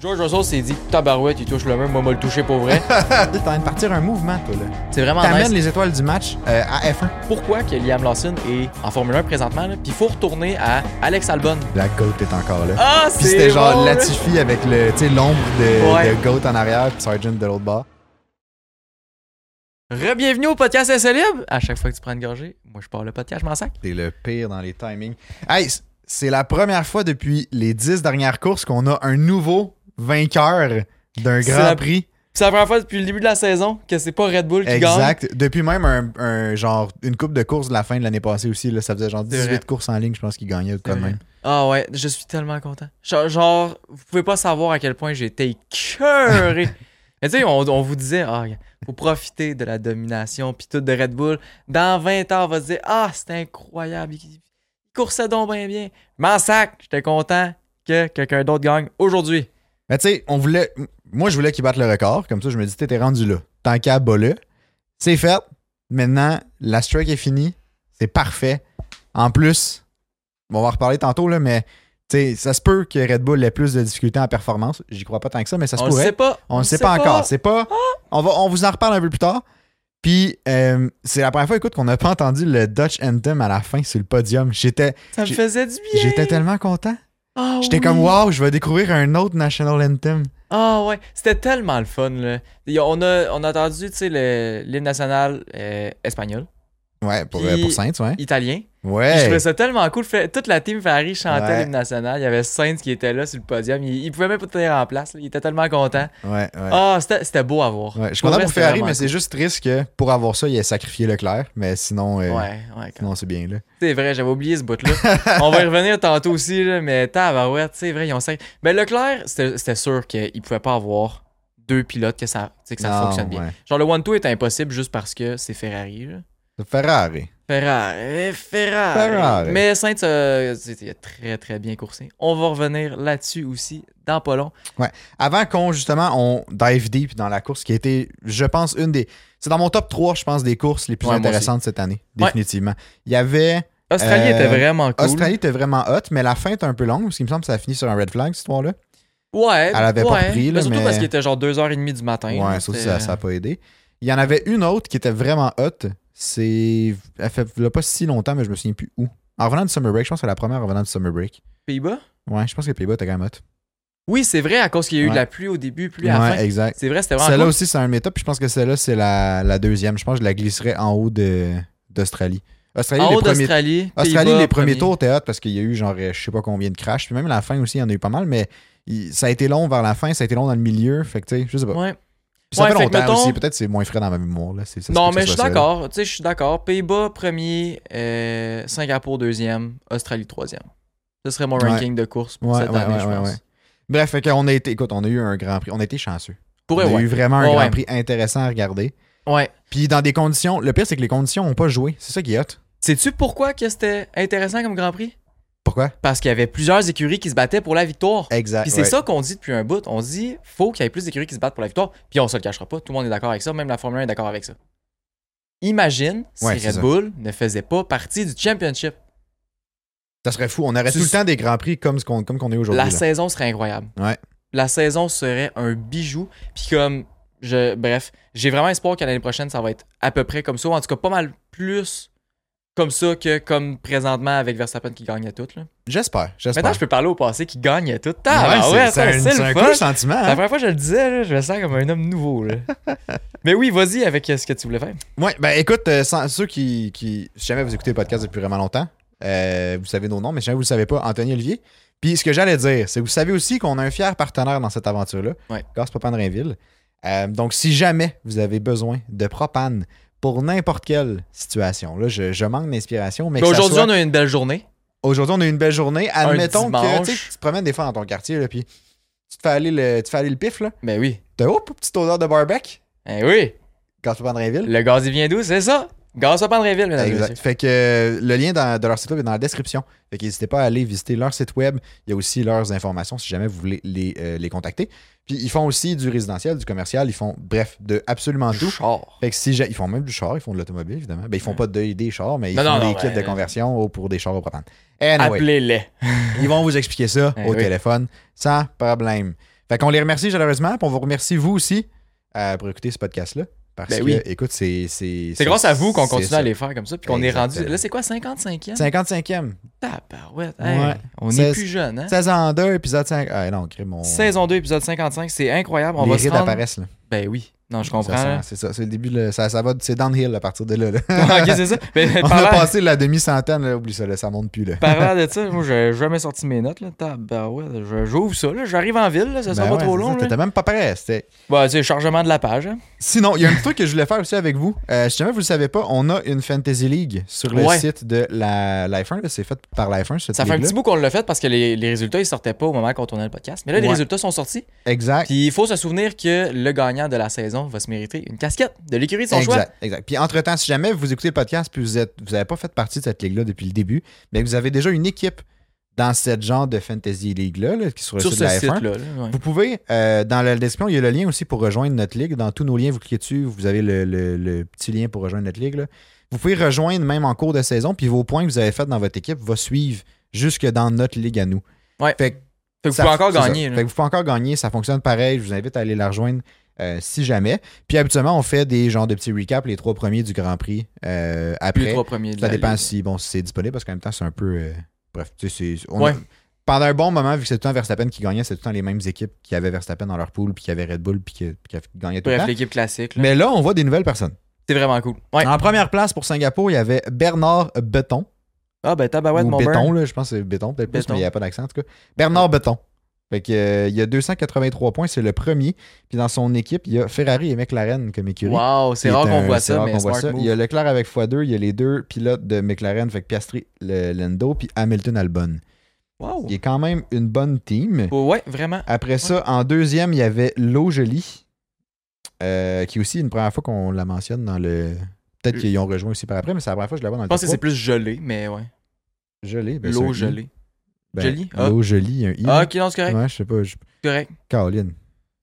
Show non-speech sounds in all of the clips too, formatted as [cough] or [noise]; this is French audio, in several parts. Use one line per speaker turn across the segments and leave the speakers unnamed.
George Russell s'est dit, tabarouette, il touche le même, moi, moi le toucher pour vrai.
T'es en train de partir un mouvement, toi, là.
C'est vraiment
T'amènes
nice.
les étoiles du match euh, à F1.
Pourquoi que Liam Lawson est en Formule 1 présentement, là? Puis il faut retourner à Alex Albon.
La GOAT est encore là.
Ah,
Puis c'était genre Latifi avec le, tu sais, l'ombre de,
Ouais.
de GOAT en arrière, puis Sargent de l'autre bas.
Rebienvenue au podcast SL Libre. À chaque fois que tu prends une gorgée, moi, je pars le podcast, je m'en sac.
T'es le pire dans les timings. Hey, c- c'est la première fois depuis les 10 dernières courses qu'on a un nouveau vainqueur d'un
C'est
Grand
la-
Prix.
Puis C'est la première fois depuis le début de la saison que c'est pas Red Bull qui gagne.
Exact. Depuis même un, un genre une coupe de courses de la fin de l'année passée aussi, là, ça faisait genre
C'est vrai.
18 courses en ligne, je pense qu'il gagnait quand
vrai.
même.
Ah ouais, je suis tellement content. Genre, genre, vous pouvez pas savoir à quel point j'ai été
[laughs]
écœuré. Mais tu sais, on, on vous disait, ah, faut profiter de la domination puis tout de Red Bull. Dans 20 ans, on va se dire, ah, c'était incroyable. Il il coursait donc bien bien. M'en sac, j'étais content que quelqu'un d'autre gagne aujourd'hui.
Mais tu sais, on voulait. m- Moi, je voulais qu'il batte le record. Comme ça, je me dis, t'es rendu là. Tant qu'à bas-le. C'est fait. Maintenant, la strike est finie. C'est parfait. En plus, bon, on va en reparler tantôt, là, mais tu sais, ça se peut que Red Bull ait plus de difficultés en performance. J'y crois pas tant que ça, mais ça se
on le
pourrait.
sait pas.
On ne
le
sait pas encore. C'est pas. On, va, on vous en reparle un peu plus tard. Puis, euh, c'est la première fois, écoute, qu'on n'a pas entendu le Dutch Anthem à la fin sur le podium. J'étais
Ça me
J'ai-
faisait du bien.
j'étais tellement content.
Ah
J'étais
oui.
comme, wow, je vais découvrir un autre National Anthem.
Ah ouais, c'était tellement le fun là. Et On a, on a entendu, tu sais, le- l'hymne national euh, espagnol,
Ouais, pour,
Puis-
euh, pour Saints, ouais.
italien. Puis Je
Ouais.
trouvais ça tellement cool. Fait- Toute la team Ferrari chantait
Ouais.
l'hymne national. Il y avait Sainz qui était là sur le podium. Il, il pouvait même pas tenir en place. là. Il était tellement content.
Ouais, ouais.
Ah, c'était- c'était beau à voir.
Ouais, Je suis content
vrai,
pour
c'était
Ferrari,
vraiment
mais c'est juste triste que pour avoir ça, il ait sacrifié Leclerc. Mais sinon, euh,
cool. Ouais, ouais. quand-
sinon c'est bien là.
C'est vrai, j'avais oublié ce
[laughs]
bout-là. On va y revenir tantôt aussi, là, mais tabarouette, c'est vrai, ils ont cinq. Mais Leclerc, c'était c'était sûr qu'il pouvait pas avoir deux pilotes que ça, tu sais, que ça
Non,
fonctionne bien.
ouais.
Genre, le one-two est impossible juste parce que c'est Ferrari. là.
C'est Ferrari.
Ferrari, Ferrari.
Ferrari.
Mais Sainz, euh, c'est- il a très, très bien coursé. On va revenir là-dessus aussi, dans pas long.
Avant qu'on, justement, on dive deep dans la course qui a été, je pense, une des. C'est dans mon top 3, je pense, des courses les plus
Ouais, moi
intéressantes cette année,
Ouais.
définitivement. Il y avait.
Australie
Euh,
était vraiment cool.
Australie était vraiment hot, mais la fin était un peu longue, parce qu'il me semble que ça a fini sur un red flag, cette histoire-là.
Ouais,
Elle avait pas
ouais.
repris, là,
mais surtout
mais-
parce qu'il était genre 2h30 du matin.
ouais,
là,
ça aussi,
c'était-
ça ça a pas aidé. Il y en avait une autre qui était vraiment hot. C'est. Elle fait elle a pas si longtemps, mais je me souviens plus où. En revenant du Summer Break, je pense que c'est la première en revenant du Summer Break.
euh, Pays-Bas?
Ouais, je pense que les Pays-Bas était quand même hot.
Oui, c'est vrai, à cause qu'il y a eu
Ouais.
de la pluie au début, pluie à la
Ouais,
fin.
exact.
C'est vrai, c'était vraiment
Celle-là
cool.
aussi, c'est un méta, puis je pense que celle-là, c'est la, la deuxième. Je pense que je la glisserais en haut de- d'Australie. Australie,
En
les
haut
premiers,
d'Australie.
Australie,
Pays-Bas,
les premiers
premier.
tours étaient hot parce qu'il y a eu genre euh, je sais pas combien de crashs. Puis même la fin aussi, il y en a eu pas mal, mais il- ça a été long vers la fin, ça a été long dans le milieu. Fait que tu sais, je sais pas.
Ouais.
Puis ça
Ouais,
fait
fait que
longtemps
mettons-
aussi, peut-être que c'est moins frais dans ma mémoire. Là. C'est- ça se
Non,
peut que
mais
ce
je suis
soit ça, là.
d'accord. Tu sais, je suis d'accord. Pays-Bas, premier. euh, Singapour, deuxième. Australie, troisième. Ce serait mon
Ouais.
ranking de course pour
Ouais,
cette
ouais,
année,
ouais,
je
ouais,
pense.
ouais. Bref, fait qu'on a été, écoute, on a eu un grand prix, on a été chanceux.
Pour eux,
on a eu
ouais.
vraiment un
Ouais,
grand
ouais.
prix intéressant à regarder.
Ouais.
Puis dans des conditions, le pire c'est que les conditions ont pas joué, c'est ça qui est hot.
Sais-tu pourquoi que c'était intéressant comme Grand Prix?
Pourquoi
Parce qu'il y avait plusieurs écuries qui se battaient pour la victoire.
Exact.
Puis c'est
ouais.
ça qu'on dit depuis un bout. On dit faut qu'il y ait plus d'écuries qui se battent pour la victoire. Puis on se le cachera pas. Tout le monde est d'accord avec ça. Même la Formule 1 est d'accord avec ça. Imagine si
Ouais, c'est
Red
ça.
Bull ne faisait pas partie du championship.
Ça serait fou. On aurait
Tu-
tout le temps des grands prix comme ce qu'on comme qu'on est aujourd'hui.
La
là.
saison serait incroyable.
Ouais.
La saison serait un bijou. Puis comme je bref, j'ai vraiment espoir qu'à l'année prochaine ça va être à peu près comme ça. En tout cas, pas mal plus comme ça que comme présentement avec Verstappen qui gagnait tout. là.
J'espère. J'espère.
Maintenant, je peux parler au passé qui gagnait tout.
Ouais,
Ah,
c'est-
ouais,
c'est
attends,
un-
c'est
c'est
le
un
fun.
cool sentiment. hein.
La première fois que je le disais, là, je me sens comme un homme nouveau.
[laughs]
là. Mais oui, vas-y avec euh, ce que tu voulais faire.
Ouais, ben écoute, euh, sans- ceux qui, qui- Si jamais vous écoutez le podcast depuis vraiment longtemps, euh, vous savez nos noms, mais si jamais vous ne le savez pas, Anthony Olivier. Puis ce que j'allais dire, c'est que vous savez aussi qu'on a un fier partenaire dans cette aventure-là,
Ouais.
Gaz Propane Rainville. Euh, donc si jamais vous avez besoin de propane pour n'importe quelle situation, là, je, je manque d'inspiration,
Mais
mais, que ça
Aujourd'hui,
soit-
on a une belle journée.
Aujourd'hui, on a eu une belle journée. Admettons que
dimanche.
tu sais, tu te promènes des fois dans ton quartier, là, puis tu te fais aller le, tu te fais aller le pif, là.
Ben oui.
T'as oh, petite odeur de barbecue,
Eh oui.
Gaz Propane Rainville.
Le gaz, il vient d'où? C'est ça. Gaz à Pandréville, mesdames et
Exact.
messieurs.
Fait que euh, le lien dans- de leur site web est dans la description. Fait que n'hésitez pas à aller visiter leur site web. Il y a aussi leurs informations si jamais vous voulez les, euh, les contacter. Puis ils font aussi du résidentiel, du commercial. Ils font, bref, de absolument
Du
tout.
char.
Fait que si ja- ils font même du char, ils font de l'automobile, évidemment. Ben, ils font pas de, des chars, mais ils
Non,
font
non,
des
non,
kits
ben,
de conversion au- pour des chars au propane. Anyway,
Appelez-les.
ils vont vous expliquer ça
Eh
au
oui.
téléphone sans problème. Fait qu'on les remercie chaleureusement, puis on vous remercie vous aussi euh, pour écouter ce podcast-là. Parce
Ben
que,
oui.
écoute, c'est. C'est
C'est grâce à vous qu'on
c'est
continue
ça.
à les faire comme ça, puis qu'on est rendu.
Exactement.
Là, c'est quoi, 55e?
55e.
Tabarouette, hey,
Ouais.
On est
Seize-
plus jeune, hein?
Saison 2, épisode 5. Ah non, crée mon.
Saison 2, épisode 55, c'est incroyable. On
les
va se
rides
rendre...
apparaissent, là.
Ben oui, non, je comprends.
Ça
là.
sent- C'est ça, c'est le début, là. ça, ça va, c'est downhill à partir de là. là.
[laughs] ok, c'est ça. Ben, Mais,
[laughs] on a
parlant,
passé la demi-centaine, là, oublie ça, là, ça monte plus. Là.
parlant de ça, moi, j'ai jamais sorti mes notes. Là. Tabarouette, je- j'ouvre ça. là. J'arrive en ville, là. ça sera
Ben
pas
ouais,
trop
c'est
long.
ça,
là.
T'étais même pas prêt. c'était-
Bah, tu sais, chargement de la page. hein.
Sinon, il y a un truc que je voulais faire aussi avec vous. Euh, si jamais vous le savez pas, on a une Fantasy League sur le
Ouais.
site de la Life 1. là. C'est fait par Life 1, cette
Ça fait un
ligue-là.
petit bout qu'on l'a fait parce que les, les résultats, ils sortaient pas au moment qu'on tournait le podcast. Mais là, les
Ouais.
résultats sont sortis.
Exact.
Puis il faut se souvenir que le gagnant de la saison va se mériter une casquette de l'écurie de son choix.
Exact, exact. Puis entre-temps, si jamais vous écoutez le podcast puis vous êtes vous avez pas fait partie de cette ligue-là depuis le début, mais que vous avez déjà une équipe dans cette genre de Fantasy League-là là, qui est sur le
Sur
site
ce
de la F1.
site-là. là, ouais.
Vous pouvez, euh, dans la description, il y a le lien aussi pour rejoindre notre ligue. Dans tous nos liens, vous cliquez dessus, vous avez le, le- le petit lien pour rejoindre notre ligue. là. Vous pouvez rejoindre même en cours de saison, puis vos points que vous avez faits dans votre équipe vont suivre jusque dans notre ligue à nous.
Fait que vous
Ça-
pouvez encore
c'est ça.
gagner. là.
Fait que vous pouvez encore gagner, ça fonctionne pareil. Je vous invite à aller la rejoindre euh, si jamais. Puis habituellement, on fait des genres de petits recaps, les trois premiers du Grand Prix euh,
Plus les
après.
trois premiers. de
Ça
la
dépend
ligue.
si bon, si c'est disponible parce qu'en même temps, c'est un peu. euh, bref, tu sais, c'est- on a-
Ouais.
pendant un bon moment, vu que c'est tout le temps Verstappen qui gagnait, c'est tout le temps les mêmes équipes qui avaient Verstappen dans leur pool, puis qui avaient Red Bull, puis qui, qui gagnaient tout
Bref,
le temps.
l'équipe classique. là.
Mais Ah. là, on voit des nouvelles personnes.
C'est vraiment cool. Ouais.
En première place pour Singapour, il y avait Bernard Beton.
Ah, ben, tabarouette,
ou
mon
Béton,
burn.
là, je pense que c'est Béton, peut-être plus,
Béton.
mais il n'y a pas d'accent en tout cas. Bernard Beton. Fait que, euh, il y a 283 points, c'est le premier. Puis dans son équipe, il y a Ferrari et McLaren comme écurie.
Wow, c'est
Qui est
rare qu'on
un-
voit
c'est
ça,
rare
mais
qu'on voit
smart
ça. Il y
move.
a Leclerc avec x2, il y a les deux pilotes de McLaren, fait que Piastri, le- Lando, puis Hamilton Albon.
Wow.
Il est quand même une bonne team.
Oh, Ouais, vraiment.
Après ça, en deuxième, il y avait L'eau jolie, euh, qui est aussi une première fois qu'on la mentionne dans le. Peut-être
Euh.
qu'ils ont rejoint aussi par après, mais c'est la première fois que je la vois dans
Je
le
pense que
top
c'est plus gelé, mais ouais.
trois. Jolie, ben, c'est un
L'eau
I.
gelée.
Ben,
Jolie, ah.
L'eau jolie, il y a un I.
Ah, ok, non, c'est correct.
Ouais, je sais pas. Je...
correct.
Caroline.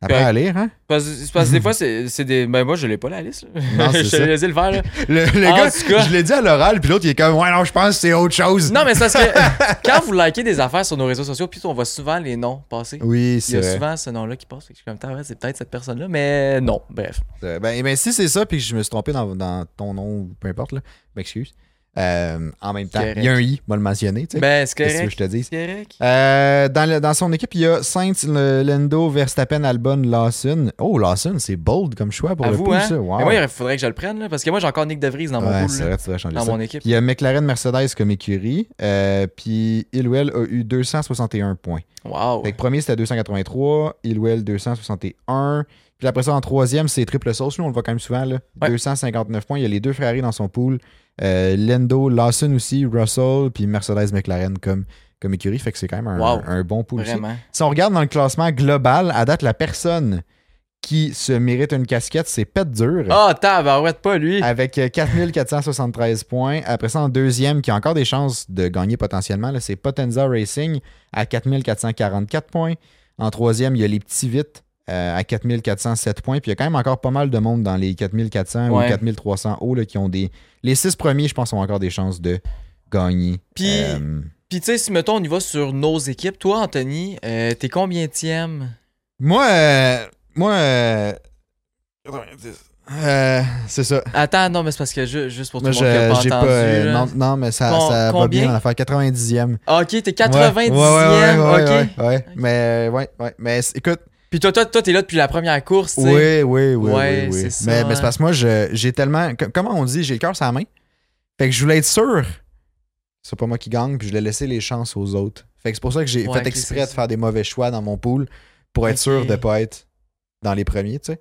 Après
Correct.
à lire, hein?
Parce, c'est parce que des fois, c'est c'est des. Ben, moi, je l'ai pas la liste.
Non,
[laughs]
c'est
je
ça.
l'ai laissé le faire,
[laughs]
là.
Le, le
En
gars,
tout cas.
je l'ai dit à l'oral, puis l'autre, il est comme, ouais, non, je pense que c'est autre chose.
Non, mais c'est parce que quand vous likez des affaires sur nos réseaux sociaux, puis on voit souvent les noms passer.
Oui,
Il y a
c'est vrai.
souvent ce nom-là qui passe. Fait que Je suis comme, Tabarouette, c'est peut-être cette personne-là, mais non, bref.
Euh, ben, eh ben, si c'est ça, puis que je me suis trompé dans, dans ton nom, ou peu importe, là, je m'excuse. Euh, en même temps,
Correct.
il y a un I, moi le mentionner, tu sais.
Ben, c'est
Qu'est-ce que tu veux que
correct.
je te dise?
C'est correct.
Euh, dans, le- dans son équipe, il y a Sainz, le- Lando, Verstappen, Albon, Lawson. Oh, Lawson, c'est bold comme choix pour
À
le
vous,
pool,
hein?
ça. Wow.
Mais moi, il faudrait que je le prenne, là, parce que moi, j'ai encore Nick DeVries dans mon
Ouais,
pool,
c'est
là,
vrai, tu devrais changer
dans
ça.
mon équipe.
Puis il y a McLaren Mercedes comme écurie. Euh, puis Ilwell a eu 261 points.
Wow.
Fait que premier, c'était 283. Ilwell, 261. Puis après ça, en troisième, c'est triple sauce. Nous, on le voit quand même souvent. Là.
Ouais.
259 points. Il y a les deux Ferrari dans son pool. Euh, Lendo, Lawson aussi, Russell, puis Mercedes McLaren comme, comme écurie. Fait que c'est quand même un,
Wow.
un bon pool aussi.
Vraiment.
Si on regarde dans le classement global, à date, la personne qui se mérite une casquette, c'est Pet Dur.
Ah, tabarouette, pas lui.
[laughs] Avec euh, 4473 points. Après ça, en deuxième, qui a encore des chances de gagner potentiellement, là, c'est Potenza Racing à 4444 points. En troisième, il y a les petits vite euh, à 4407 points. Puis il y a quand même encore pas mal de monde dans les 4400
Ouais.
ou 4300 hauts là, qui ont des. Les six premiers, je pense, ont encore des chances de gagner.
Puis-
Euh,
Puis, tu sais, si mettons, on y va sur nos équipes, toi, Anthony, euh, t'es combien tième?
moi, euh, moi, euh, euh, c'est ça.
Attends, non, mais c'est parce que ju- juste pour tout
Moi,
le monde
je-
qui a pas
j'ai pas.
entendu.
euh,
là.
non, non, mais ça,
Con-
ça va
combien?
bien, l'affaire 90e.
Ah, ok, t'es 90e,
90e, ouais, ouais,
ok.
ouais, ouais. Mais, euh, ouais, ouais. Mais c'est- écoute,
Puis toi, toi, toi, t'es là depuis la première course, tu sais.
oui, oui, oui, oui.
Ouais,
oui.
c'est ça,
Mais, mais
hein.
c'est parce que moi, je- j'ai tellement. co- Comment on dit, j'ai le cœur sur la main. Fait que je voulais être sûr. C'est pas moi qui gagne, puis je voulais laisser les chances aux autres. Fait que c'est pour ça que j'ai
Ouais, ok,
fait exprès
c'est
de
ça.
faire des mauvais choix dans mon pool pour être
Ok.
sûr de pas être dans les premiers, tu sais.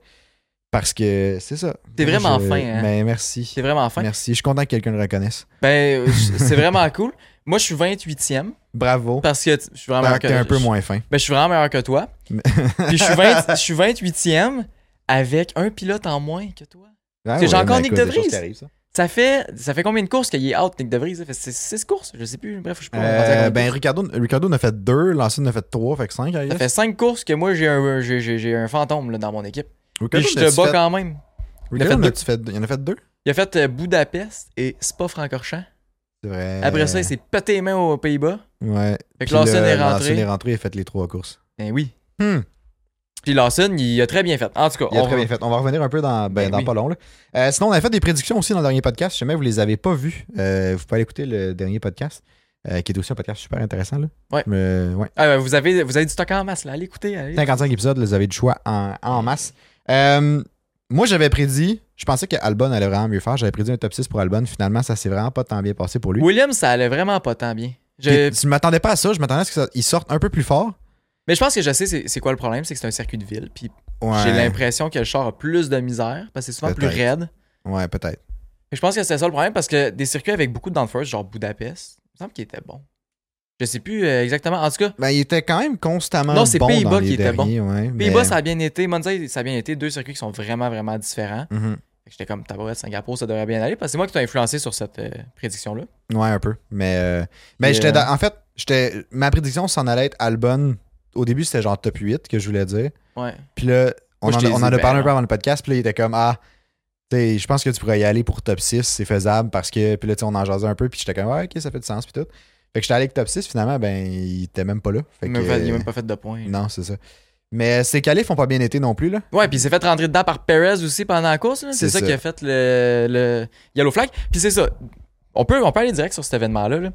Parce que c'est ça.
T'es
Moi,
vraiment
je-
fin, hein.
Mais merci.
C'est vraiment fin.
Merci. Je suis content que quelqu'un le reconnaisse.
Ben, euh, je- c'est vraiment cool. Moi, je suis 28e
Bravo.
parce que t- je suis vraiment
Ah,
meilleur que
T'es un peu
je-
moins fin.
Ben, je suis vraiment meilleur que
[laughs]
toi.
Mais-
Puis je suis, 20 je suis 28e avec un pilote en moins que toi.
Ah
C'est
ouais,
genre encore
mais
Nick
écoute,
De
des choses
Vries.
qui arrivent, ça.
Ça fait, ça fait combien de courses qu'il est out, Nick DeVries? Ça fait 6 courses? Je sais plus. Bref, je suis pas. rendu à combien
Euh,
de
ben,
courses.
Ricardo, Ricardo en a fait deux, Lawson en a fait trois, fait que cinq. I
ça
guess.
fait 5 courses que moi, j'ai un, j'ai- j'ai- j'ai un fantôme là, dans mon équipe. Puis
Ricardo,
je
en
te
a-tu
bats
fait-
quand même.
Ricardo,
Il en a
en a-tu fait deux? Il en a fait deux?
Il a fait euh, Budapest et Spa-Francorchamps.
C'est vrai.
Après ça, il s'est pété les mains aux Pays-Bas. Fait que
Ouais. Euh. Puis
Lawson
là,
est
Lawson
rentré.
est rentré, il a fait les trois courses.
Ben oui.
Hmm.
Puis Lawson, il a très bien fait. En tout cas,
Il a
on
très
va-
bien fait. On va revenir un peu dans, ben,
Ben
dans
oui.
pas long. là. Euh, sinon, on a fait des prédictions aussi dans le dernier podcast. Si jamais vous les avez pas vues, euh, vous pouvez aller écouter le dernier podcast, euh, qui est aussi un podcast super intéressant. Là.
Ouais.
Mais, ouais.
Ah, ben, vous, avez, vous avez du stock en masse, là. Allez écouter. allez.
55 épisodes, là, vous avez du choix en, en masse. Euh, moi, j'avais prédit, je pensais que Albon allait vraiment mieux faire. J'avais prédit un top 6 pour Albon. Finalement, ça s'est vraiment pas tant bien passé pour lui.
Williams, ça allait vraiment pas tant bien. Je-
Puis, Je m'attendais pas à ça. Je m'attendais à ce qu'il sorte un peu plus fort.
Mais je pense que je sais c'est c'est quoi le problème, c'est que c'est un circuit de ville. Puis
Ouais.
j'ai l'impression que le char a plus de misère parce que c'est souvent plus
Peut-être.
raide.
Ouais, peut-être.
Mais je pense que c'est ça le problème parce que des circuits avec beaucoup de downforce, genre Budapest, il me semble qu'il était bon. Je sais plus euh, exactement. En tout cas,
Ben, il était quand même constamment
Non, c'est
bon
Pays-Bas
dans les
qui était bon.
derniers, ouais, mais-
Pays-Bas, ça a bien été. Monza, ça a bien été. Deux circuits qui sont vraiment, vraiment différents.
Mhm.
Fait que J'étais comme Tabaret, Singapour, ça devrait bien aller parce que c'est moi qui t'ai influencé sur cette euh, prédiction-là.
Ouais, un peu. Mais, euh, ben,
Et,
j'étais
euh,
dans- en fait, j'étais ma prédiction s'en allait être Albon. Au début, c'était genre top 8 que je voulais dire.
Ouais.
Puis là, on,
Moi,
en,
je
a-
t'ai
on en
dit,
a
ben
parlé un
non.
peu avant le podcast. Puis là, il était comme Ah, tu sais, je pense que tu pourrais y aller pour top 6. C'est faisable parce que. Puis là, tu sais, on en jasait un peu. Puis j'étais comme Ouais, ok, ça fait du sens. Puis tout. Fait que j'étais allé avec top 6. Finalement, ben, il était même pas là. Fait
Il
que,
m'a fait- il a même pas fait de points.
Non, c'est ça. Mais ses qualifs ont pas bien été non plus, là.
Ouais, puis il s'est fait rentrer dedans par Perez aussi pendant la course. là. C'est
C'est
ça,
ça.
qui a fait le, le yellow flag. Puis c'est ça. On peut, on peut aller direct sur cet événement-là. là.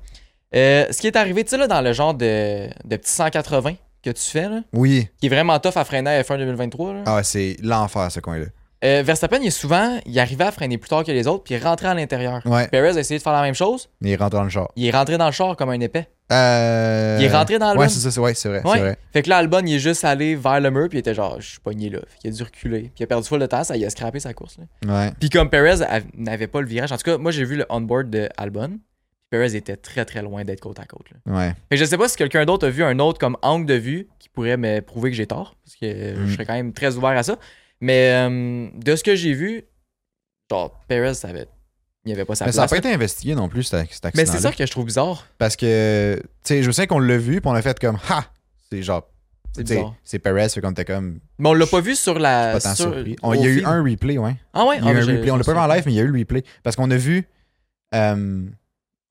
Euh, ce qui est arrivé, tu sais, là, dans le genre de, de petit 180 que tu fais, là,
Oui.
qui est vraiment tough à freiner à F1 2023, là.
Ah, ouais, c'est l'enfer, ce coin-là.
Euh, Verstappen, il est souvent, il arrivait à freiner plus tard que les autres, puis il rentrait à l'intérieur.
Ouais,
Perez a essayé de faire la même chose.
il rentre dans le char.
Il est rentré dans le char comme un épais.
Euh,
Il est rentré dans le
Ouais,
run.
c'est ça, c'est ouais, c'est vrai.
Ouais.
C'est vrai.
Fait que là, Albon, il est juste allé vers le mur, puis il était genre, je suis pogné là. Fait qu'il a dû reculer. Puis il a perdu full de temps, ça, il a scrappé sa course. là.
Ouais.
Puis comme Perez av- n'avait pas le virage, en tout cas, moi j'ai vu le onboard de Albon. Perez était très très loin d'être côte à côte. Là.
Ouais.
Fait que je sais pas si quelqu'un d'autre a vu un autre comme angle de vue qui pourrait me prouver que j'ai tort, parce que euh,
Mm.
je serais quand même très ouvert à ça. Mais euh, de ce que j'ai vu, genre Perez savait, il n'y avait pas sa
Mais ça n'a
place.
pas été investigué non plus, cet ac- cet
Mais c'est
accident-là.
ça que je trouve bizarre.
Parce que, tu sais, je sais qu'on l'a vu, puis on a fait comme, ha! C'est genre,
C'est
tu sais,
bizarre.
c'est Perez, fait qu'on était comme,
Mais on l'a pas vu sur la.
pas tant
sur-
surpris.
au
On- Il y a eu
film.
un replay, ouais.
Ah ouais,
Il y a
ah,
eu un
je-
replay. On
je
l'a pas vu en
sais.
live, mais il y a eu le replay. Parce qu'on a vu. euh,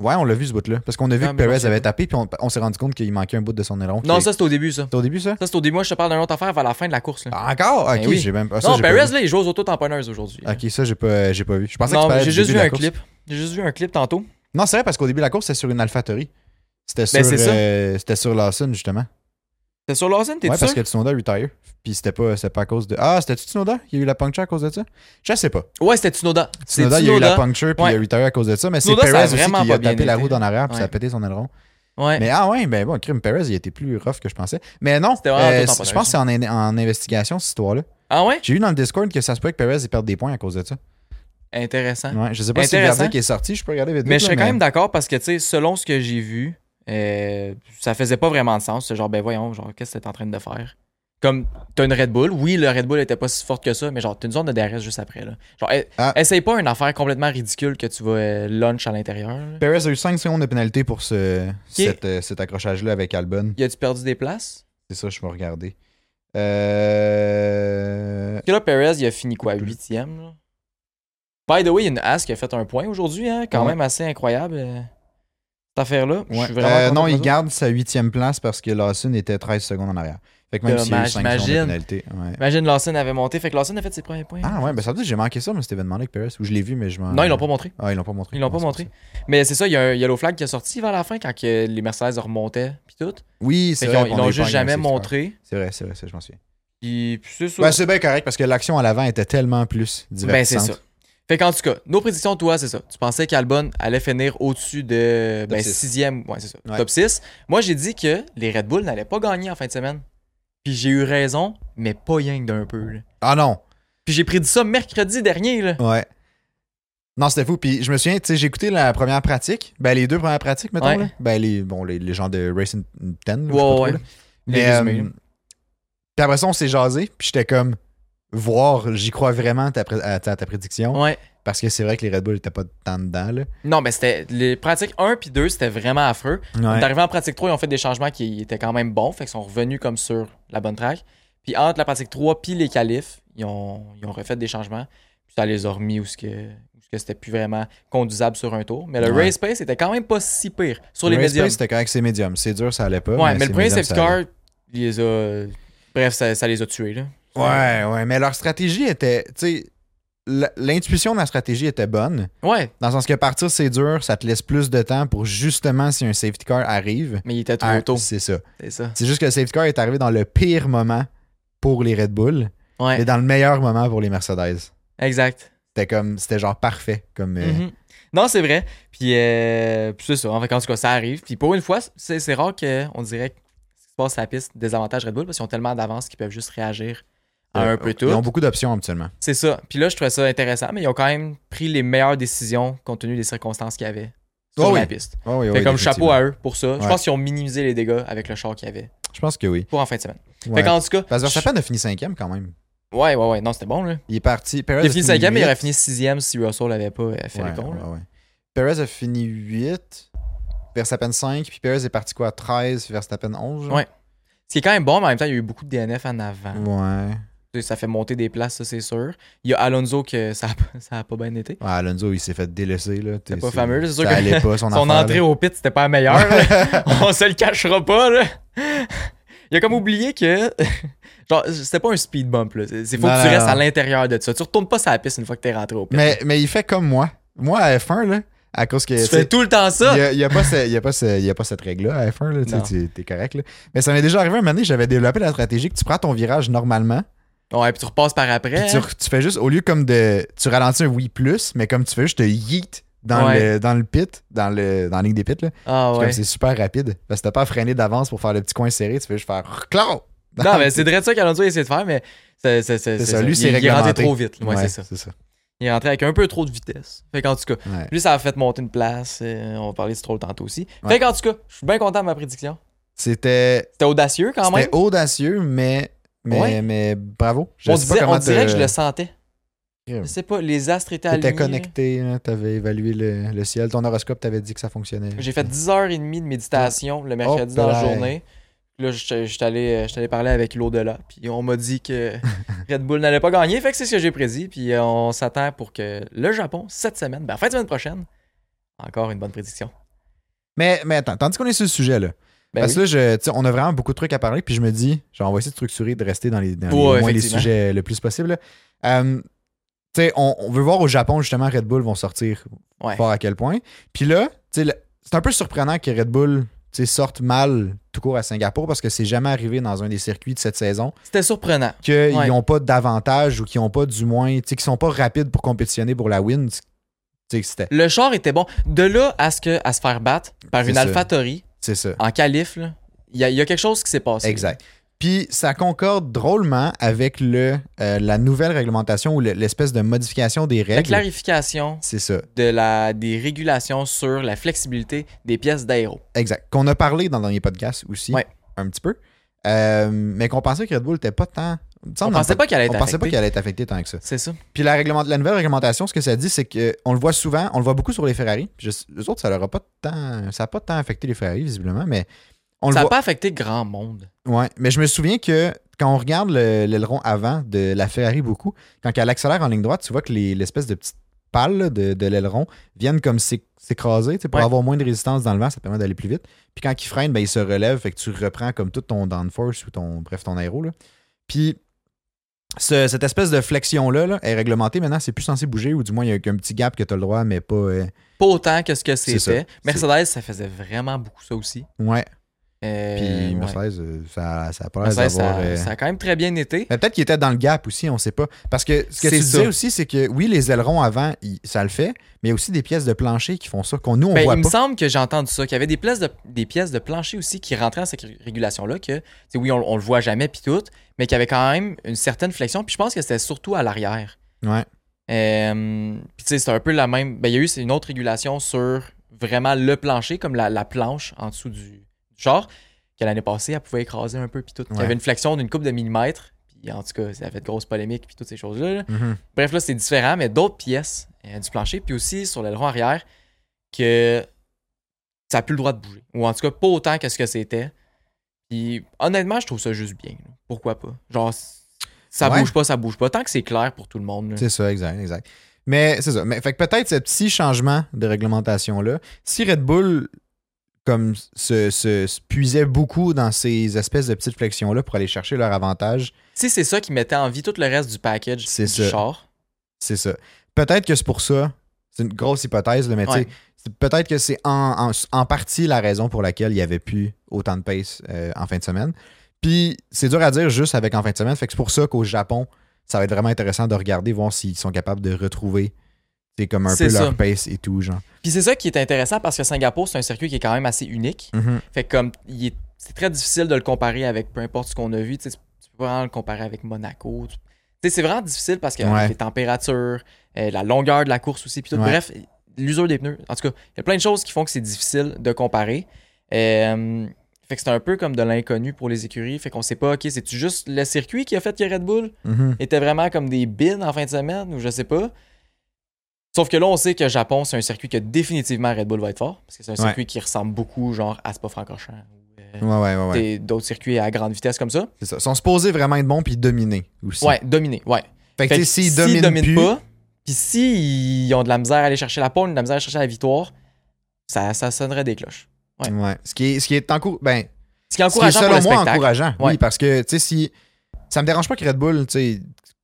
ouais, on l'a vu ce bout-là. Parce qu'on a vu
Ah,
que
mais moi, je
Perez
sais
avait
pas.
tapé, puis on, on s'est rendu compte qu'il manquait un bout de son aileron.
Non,
Qui-
ça c'est au début ça.
C'était au début, ça?
Ça c'est au début. Moi je te parle d'une autre affaire vers la fin de la course. là.
Ah, Encore? Ok,
Ben oui.
j'ai même ah, ça,
non,
j'ai pas.
Perez
vu.
là, il joue aux auto-tamponneuses aujourd'hui.
Ok, ça, j'ai pas, euh, j'ai pas vu. Je pensais que tu
non,
parlais
j'ai
du
juste vu
début de la
un
course.
clip. J'ai juste vu un clip tantôt.
Non, c'est vrai, parce qu'au début de la course, c'était sur une AlphaTauri. C'était sur,
Ben, c'est ça.
euh, c'était sur Lawson, justement.
C'est sur Lawson, t'es
Ouais,
sûr?
parce que Tsunoda retire. Puis c'était pas, c'était pas à cause de. Ah, c'était Tsunoda qui a eu la puncture à cause de ça Je sais pas.
Ouais, c'était Tsunoda. C'est
Tsunoda, il a eu la puncture puis
Ouais.
il a retire à cause de ça. Mais c'est
Tsunoda, ça a
Perez aussi
vraiment
qui
pas
a
bien
tapé la
été.
roue d'en arrière puis ça a
Ouais.
pété son aileron.
Ouais.
Mais ah ouais, ben bon, crime Perez, il était plus rough que je pensais. Mais non,
C'était vraiment
euh,
tout en
je pense que c'est en, en investigation cette histoire-là.
Ah ouais?
J'ai eu dans le Discord que ça se peut que Perez il perde des points à cause de ça.
Intéressant.
Ouais, je sais pas si le
Hein? Intéressant.
verdict est sorti, je peux regarder vite.
mais
vite,
je serais
là,
quand même d'accord parce que, tu sais, selon ce que j'ai vu, euh, ça faisait pas vraiment de sens. C'est genre, ben voyons, genre, qu'est-ce que t'es en train de faire? Comme, t'as une Red Bull. Oui, le Red Bull était pas si forte que ça, mais genre, t'as une zone de DRS juste après, là. Genre, eh,
Ah.
essaye pas une affaire complètement ridicule que tu vas euh, lunch à l'intérieur. là.
Perez a eu 5 secondes de pénalité pour ce, cet, euh, cet accrochage-là avec Albon.
Y a-tu perdu des places?
C'est ça, je vais regarder. Euh...
Parce que là, Perez, il a fini quoi? Huitième, là? By the way, il y a une As qui a fait un point aujourd'hui, hein? Quand
Ouais.
même assez incroyable, euh, cette affaire-là. Je
Ouais.
suis vraiment
Euh,
content
non,
pour eux
il
autres.
garde sa huitième place parce que Lawson était 13 secondes en arrière. Fait que même s'il y a eu
Dommage,
5 secondes de
imagine.
pénalité. ouais.
Imagine Lawson avait monté, fait que Lawson a fait ses premiers points.
Ah ouais, ben ça veut dire que j'ai manqué ça, mais cet événement-là avec Perez, où je l'ai vu, mais je m'en.
Non, ils l'ont pas montré.
Ah, ils l'ont pas montré.
Ils l'ont
Ouais,
pas
c'est
montré.
pour ça.
Mais c'est ça, il y a un yellow flag qui est sorti vers la fin quand que les Mercedes remontaient puis tout.
Oui,
Fait
hein, c'est
qu'ils ont-
vrai.
ils
qu'on a
l'ont
eu
juste
pas
jamais
annoncé,
montré.
C'est vrai, c'est vrai, c'est vrai, je m'en souviens.
Puis puis c'est ça.
Ben, c'est bien correct parce que l'action à l'avant était tellement plus
ben c'est
divertissante.
ça. Fait qu'en tout cas, nos prédictions, toi, c'est ça. Tu pensais qu'Albon allait finir au-dessus de
Top
ben,
six.
sixième, ouais, c'est ça,
Ouais.
top 6. Moi, j'ai dit que les Red Bull n'allaient pas gagner en fin de semaine. Puis j'ai eu raison, mais pas rien que d'un peu. là.
Ah non,
Puis j'ai prédit ça mercredi dernier. Là.
ouais. Non, c'était fou. Puis je me souviens, tu sais, j'ai écouté la première pratique. Ben, les deux premières pratiques, mettons.
Ouais.
là. Ben, les, bon, les, les gens de Racing 10. là, je sais
Ouais,
pas trop,
ouais.
là.
Les
Mais,
résumés,
euh,
là.
puis après ça, on s'est jasé. Puis j'étais comme, voir, j'y crois vraiment ta pré- à, ta- à ta prédiction.
Ouais.
Parce que c'est vrai que les Red Bull étaient pas tant dedans. Là.
Non, mais c'était les pratiques 1 puis 2, c'était vraiment affreux. On est
Ouais.
arrivé en pratique 3, ils ont fait des changements qui étaient quand même bons, fait qu'ils sont revenus comme sur la bonne track. Puis entre la pratique 3 puis les qualifs, ils ont, ils ont refait des changements. Puis ça les a remis où ce que, où ce que c'était plus vraiment conduisable sur un tour. Mais le
Ouais.
race pace était quand même pas si pire sur les
Race
médiums.
Pace, c'était correct, c'est médium. C'est dur, ça allait pas.
ouais, mais, le
c'est
premier
médium,
safety
ça allait.
car, il les a Bref, ça, ça les a tués, là.
Ouais, ouais, mais leur stratégie était. Tu sais, l- l'intuition de la stratégie était bonne.
Ouais,
Dans le sens que partir, c'est dur, ça te laisse plus de temps pour justement si un safety car arrive.
mais il était trop
un-
tôt.
C'est ça.
C'est ça.
C'est juste que le safety car est arrivé dans le pire moment pour les Red Bull
Ouais,
et dans le meilleur moment pour les Mercedes.
exact.
C'était comme. C'était genre parfait. Comme, euh,
Mhm. Non, c'est vrai. Puis, euh, puis c'est ça. En fait, en tout cas, ça arrive. Puis pour une fois, c'est c'est rare qu'on dirait que ce qui se passe sur la piste désavantage Red Bull parce qu'ils ont tellement d'avance qu'ils peuvent juste réagir à
euh,
un peu tout.
Ils ont beaucoup d'options habituellement.
C'est ça. Puis là, je trouvais ça intéressant, mais ils ont quand même pris les meilleures décisions compte tenu des circonstances qu'il y avait sur
Oh oui.
la piste.
Ouais, ouais,
Fait
ouais,
comme chapeau
définitivement.
à eux pour ça. Je
Ouais.
pense qu'ils ont minimisé les dégâts avec le char qu'il y avait
Je pense que oui.
pour en fin de semaine.
Ouais.
Fait qu'en tout cas.
Parce que
je-
Verstappen a fini cinquième quand même.
Ouais, ouais, ouais. Non, c'était bon, là.
Il est parti. Perez
Il a fini cinquième, mais il
huit.
aurait fini sixième si Russell n'avait pas euh, fait
Ouais,
le con. là.
ouais, ouais. Perez a fini 8, Verstappen 5, puis Perez est parti quoi 13, Verstappen 11. genre?
Ouais. Ce qui est quand même bon, mais en même temps, il y a eu beaucoup de DNF en avant.
Ouais.
Tu sais, Ça fait monter des places, ça, c'est sûr. Il y a Alonso que ça a, pas- [laughs] ça a pas bien été.
Ah, Alonso, il s'est fait délaisser. là. T'es-
C'est pas fameux, c'est sûr
ça
que-
allait pas,
[laughs]
son,
Son
affaire,
entrée
là.
au pit, c'était pas la meilleure.
[laughs]
là. On se le cachera pas, là. Il a comme oublié que. [laughs] Genre, c'était pas un speed bump, là. C'est c'est faut
Non,
que tu
non,
restes
non.
à l'intérieur de ça. Tu retournes pas sur la piste une fois que t'es rentré au pit.
Mais, mais il fait comme moi. Moi, à F1, là, à cause que.
tu
tu
fais
sais,
tout le temps ça.
Il n'y a, il y a pas ce- il y a pas ce- il y a pas cette règle-là à F1, là, tu sais,
Non.
tu- t'es correct. Là. Mais ça m'est déjà arrivé un moment donné, j'avais développé la stratégie que tu prends ton virage normalement,
Ouais, puis tu repasses par
puis
après.
tu, re- tu fais juste, au lieu comme de. Tu ralentis un oui plus, mais comme tu fais juste te yeet dans,
Ouais.
le, dans le pit, dans, le, dans la ligne des pits, là.
Ah
Puis
ouais.
comme c'est super rapide. Parce que t'as pas à freiner d'avance pour faire le petit coin serré, tu fais juste faire clac.
Non,
[laughs]
mais c'est vrai ça qu'Alonso a essayé de faire, mais c'est c'est- c'est-
C'est
c'est
ça,
ça.
lui,
Il- Il
c'est
est rentré
réglementé.
trop vite. là. Ouais, c'est ça.
C'est ça.
Il est rentré avec un peu trop de vitesse. Fait qu'en tout cas,
Ouais.
Lui, ça a fait monter une place. euh, on va parler de Stroll tantôt aussi.
Ouais.
Fait qu'en tout cas, je suis bien content de ma prédiction.
C'était
C'était audacieux quand Ah, même.
c'était audacieux, mais, mais,
Ouais.
mais bravo. Je
on
sais
disait-
pas
on
comment
dirait
te-
que je le sentais.
Yeah. [laughs]
Je sais pas, les astres étaient alignés.
T'étais connecté, hein, t'avais évalué le, le ciel, ton horoscope t'avait dit que ça fonctionnait.
J'ai fait 10h30 de méditation le mercredi
Oh,
dans la
purée.
journée. Là, je suis allé, j'étais allé parler avec l'au-delà. Puis on m'a dit
[laughs]
que Red Bull n'allait pas gagner. Fait que c'est ce que j'ai prédit. Puis euh, on s'attend pour que le Japon, cette semaine, ben fin de semaine prochaine, encore une bonne prédiction.
Mais, mais attends, tandis qu'on est sur le sujet là.
Ben
parce
oui.
que là, je, tu sais, on a vraiment beaucoup de trucs à parler, puis je me dis, genre, on va essayer de structurer, de rester dans les, dans les-
Ouais,
au moins les
effectivement.
sujets le plus possible. là. Euh, tu sais, on, on veut voir au Japon, justement, Red Bull vont sortir
Ouais.
fort à quel point. Puis là, tu sais, le- c'est un peu surprenant que Red Bull tu sais, sorte mal tout court à Singapour parce que c'est jamais arrivé dans un des circuits de cette saison
C'était surprenant.
qu'ils
Ouais.
n'ont pas d'avantage ou qu'ils n'ont pas du moins, tu sais, qu'ils sont pas rapides pour compétitionner pour la win. Tu sais, que c'était-
Le char était bon. De là à ce que à se faire battre par
C'est
une
ça.
AlphaTauri
C'est ça.
en qualif, là, il y, a- il y a quelque chose qui s'est passé.
Exact. Puis ça concorde drôlement avec le, euh, la nouvelle réglementation ou le- l'espèce de modification des
La
règles.
clarification
C'est ça,
de la, des régulations sur la flexibilité des pièces d'aéro.
exact. Qu'on a parlé dans le dernier podcast aussi,
Ouais.
un petit peu. Euh, mais qu'on pensait que Red Bull n'était pas tant. il me
On
semble dans le
pensait pas qu'elle allait être
Ah, on pensait pas
affectée.
qu'elle allait être affectée tant que ça.
C'est ça.
Puis la, réglement- la nouvelle réglementation, ce que ça dit, c'est qu'on le voit souvent, on le voit beaucoup sur les Ferrari. Puis je- eux autres, ça leur a pas tant, ça a pas tant affecté les Ferrari, visiblement, mais on
ça
le
n'a
voit.
pas affecté grand monde.
Ouais, mais je me souviens que quand on regarde le- l'aileron avant de la Ferrari beaucoup, quand elle accélère en ligne droite, tu vois que les- l'espèce de petite pale là, de, de l'aileron viennent comme s'é- s'écraser tu sais, pour
Ouais.
avoir moins de résistance dans le vent, ça permet d'aller plus vite. Puis quand il freine, ben, il se relève, fait que tu reprends comme tout ton downforce ou ton bref ton aéro. Là. Puis ce- cette espèce de flexion-là là, est réglementée maintenant, c'est plus censé bouger, ou du moins il y a un petit gap que tu as le droit, mais pas. euh,
Pas autant que ce que
C'est
c'était.
ça.
Mercedes, ça faisait vraiment beaucoup ça aussi.
ouais.
Euh,
Puis
ouais.
Mercedes, euh, ça, ça a pas l'air
Mercedes,
d'avoir.
ça,
euh,
ça a quand même très bien été.
Mais peut-être qu'il était dans le gap aussi, on sait pas. Parce que ce que tu
C'est
disais
ça.
aussi, c'est que oui, les ailerons avant, il- ça le fait, mais il y a aussi des pièces de plancher qui font ça, qu'on nous, on
Ben,
voit
il me
pas.
semble que j'ai entendu ça, qu'il y avait des pièces de, des pièces de plancher aussi qui rentraient dans cette ré- régulation-là, que tu sais, oui, on, on le voit jamais, puis tout, mais qu'il y avait quand même une certaine flexion, puis je pense que c'était surtout à l'arrière.
Ouais.
Euh, puis tu sais, c'était un peu la même. Ben, il y a eu c'est une autre régulation sur vraiment le plancher, comme la, la planche en dessous du, du char, que l'année passée, elle pouvait écraser un peu, puis tout. Il y
Ouais.
avait une flexion d'une coupe de millimètres, puis en tout cas, ça avait de grosses polémiques, puis toutes ces choses-là. là.
Mhm.
Bref, là, c'est différent, mais d'autres pièces euh, du plancher, puis aussi sur l'aileron arrière, que ça n'a plus le droit de bouger. Ou en tout cas, pas autant que ce que c'était. Puis honnêtement, je trouve ça juste bien. là. Pourquoi pas? Genre, c- ça
Ouais.
bouge pas, ça bouge pas. Tant que c'est clair pour tout le monde. là.
C'est ça, exact, exact. Mais c'est ça. Mais fait que peut-être ce petit changement de réglementation-là, si Red Bull comme se, se- se puisaient beaucoup dans ces espèces de petites flexions-là pour aller chercher leur avantage.
Si c'est ça qui mettait en vie tout le reste du package
C'est
du
ça.
char.
C'est ça. Peut-être que c'est pour ça, c'est une grosse hypothèse, là, mais tu sais,
Ouais.
c'est- peut-être que c'est en, en- en partie la raison pour laquelle il n'y avait plus autant de pace euh, en fin de semaine. Puis c'est dur à dire juste avec en fin de semaine. Fait que c'est pour ça qu'au Japon, ça va être vraiment intéressant de regarder, voir s'ils sont capables de retrouver c'est comme un
C'est
peu
ça.
leur pace et tout, genre.
Puis c'est ça qui est intéressant parce que Singapour, c'est un circuit qui est quand même assez unique.
Mhm.
Fait que comme il est- c'est très difficile de le comparer avec peu importe ce qu'on a vu. Tu, sais, tu peux pas vraiment le comparer avec Monaco. Tu- tu sais, c'est vraiment difficile parce que euh,
Ouais.
les températures, euh, la longueur de la course aussi, puis tout.
Ouais.
Bref, l'usure des pneus. En tout cas, il y a plein de choses qui font que c'est difficile de comparer. Euh, fait que c'est un peu comme de l'inconnu pour les écuries. Fait qu'on sait pas, ok, c'est-tu juste le circuit qui a fait que Red Bull
Mhm.
étaient vraiment comme des bins en fin de semaine ou je sais pas. Sauf que là, on sait que Japon, c'est un circuit que définitivement Red Bull va être fort. Parce que c'est un
Ouais.
circuit qui ressemble beaucoup, genre, à Spa-Francorchamps ou euh,
Ouais, ouais, ouais, ouais.
des- d'autres circuits à grande vitesse comme ça.
C'est ça. Ils sont supposés vraiment être bons puis dominer aussi.
Ouais, dominer, ouais.
Fait que,
Fait
tu
que
sais, s'ils dominent, plus,
pas, puis s'ils ont de la misère à aller chercher la pole, de la misère à chercher la victoire, ça, ça sonnerait des cloches. ouais.
ouais. Ce qui est, ce qui est encour-
Ce
ben,
qui est
ce qui est
encourageant pour
selon
le
moi
spectacle.
encourageant. Oui,
Ouais.
parce que tu sais, si ça me dérange pas que Red Bull, tu sais,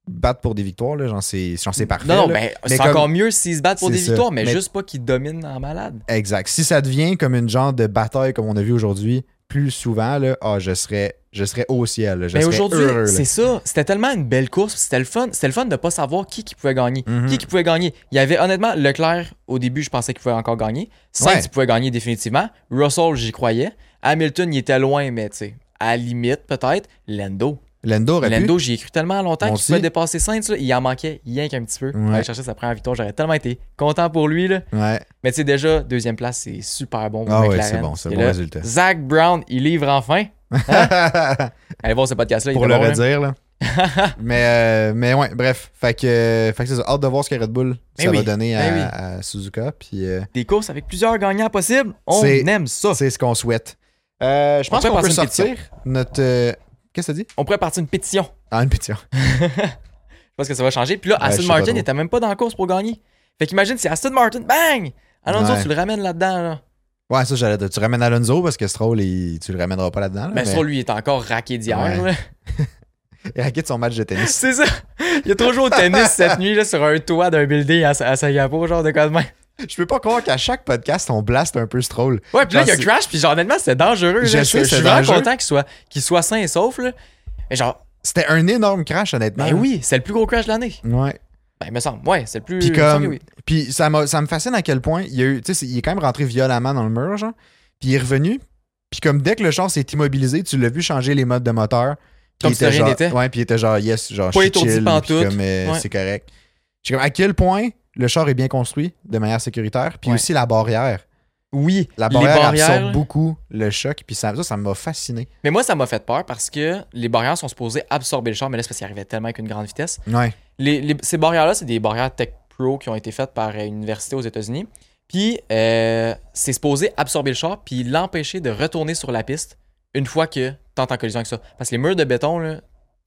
batte pour des victoires là, genre c'est, genre, c'est parfait.
non, non,
là.
mais,
Mais
c'est
comme-
encore mieux s'ils se battent pour
C'est
des
ça.
victoires, mais,
Mais-
juste pas qu'ils dominent en malade.
Exact. Si ça devient comme une genre de bataille comme on a vu aujourd'hui, plus souvent là, ah, je serais, je serais au ciel. là. Je
Mais
serais heureux, là.
Ben, aujourd'hui, c'est ça. C'était tellement une belle course. puis C'était le fun. C'était le fun de pas savoir qui, qui pouvait gagner.
Mhm.
Qui, qui pouvait gagner. Il y avait honnêtement Leclerc au début, je pensais qu'il pouvait encore gagner. Sainz,
Ouais.
il pouvait gagner définitivement. Russell, j'y croyais. Hamilton, il était loin, mais tu sais, à la limite peut-être. Lando.
Lando aurait pu.
Lando, j'y ai cru tellement longtemps
Moi
qu'il pouvait
aussi.
dépasser Sainz. là. Il en manquait rien qu'un petit peu. pour
Ouais.
Aller chercher sa première victoire, j'aurais tellement été content pour lui. Là.
Ouais.
Mais tu sais, déjà, deuxième place, c'est super bon. Pour
Ah ouais,
McLaren.
c'est bon, c'est
Et
bon
là, [laughs]
résultat.
Zach Brown, il livre enfin. Allez voir ce podcast-là. hein? il
[laughs] pour
était bon,
le
hein. là.
redire là.
[laughs]
mais euh, mais ouais, bref, fait que, fait que c'est ça. Hâte de voir ce que Red Bull
Mais
ça
Ben oui,
va donner à,
mais
à Suzuka puis euh,
des courses avec plusieurs gagnants possibles. On
C'est-
aime ça.
C'est ce qu'on souhaite. Euh,
Oh.
je
On
pense
peut
qu'on peut
passer une
sortir notre. euh, Qu'est-ce que ça dit
On pourrait partir une pétition.
Ah, une pétition. [laughs]
Je pense que ça va changer. Puis là,
Ouais, je
Aston
sais pas
Martin
trop.
n'était même pas dans la course pour gagner. Fait qu'imagine si Aston Martin, bang! Alonso,
Ouais.
tu le ramènes là-dedans. Là.
Ouais, ça, j'allais. te- Tu ramènes Alonso parce que Stroll, il- tu le ramèneras pas là-dedans. là,
Ben, Stroll, lui, il est encore raqué d'hier.
Ouais.
là.
[laughs]
[laughs]
Il raquette son match de tennis.
C'est ça. Il a trop joué au tennis cette nuit là, sur un toit d'un building à, à Singapour, genre de quoi de main.
Je peux pas croire qu'à chaque podcast, on blaste un peu Stroll.
Ouais, puis là, il
Genre,
a
c'est-
crash, puis genre, honnêtement, c'était dangereux. là.
Je
Je,
sais,
je
c'est
suis vraiment
dangereux.
content qu'il soit, qu'il soit sain et sauf. Là. Mais genre,
C'était un énorme crash, honnêtement.
ben oui, c'est le plus gros crash de l'année.
Ouais.
Ben, il me semble. Ouais, c'est le plus.
Puis
il me semble que
comme.
oui.
Puis ça, m'a- ça me fascine à quel point il y a eu. Tu sais, c'est- il est quand même rentré violemment dans le mur, genre. Puis il est revenu. Puis comme dès que le char s'est immobilisé, tu l'as vu changer les modes de moteur. Puis
Comme
il
si
était
de rien
genre-
n'était.
Ouais, puis il était genre, yes, genre,
Pas
je suis
étourdi
chill,
pantoute.
puis comme, euh,
Ouais.
c'est correct. Je suis comme, à quel point le char est bien construit de manière sécuritaire, puis
Ouais.
aussi la barrière.
Oui,
La barrière absorbe
là.
beaucoup le choc, puis ça, ça, ça m'a fasciné.
Mais moi, ça m'a fait peur parce que les barrières sont supposées absorber le char, mais là, c'est parce qu'il arrivait tellement avec une grande vitesse.
Ouais.
Les- les- ces barrières-là, c'est des barrières Tech Pro qui ont été faites par euh, une université aux États-Unis. Puis, euh, c'est supposé absorber le char puis l'empêcher de retourner sur la piste une fois que tu en collision avec ça. Parce que les murs de béton, là,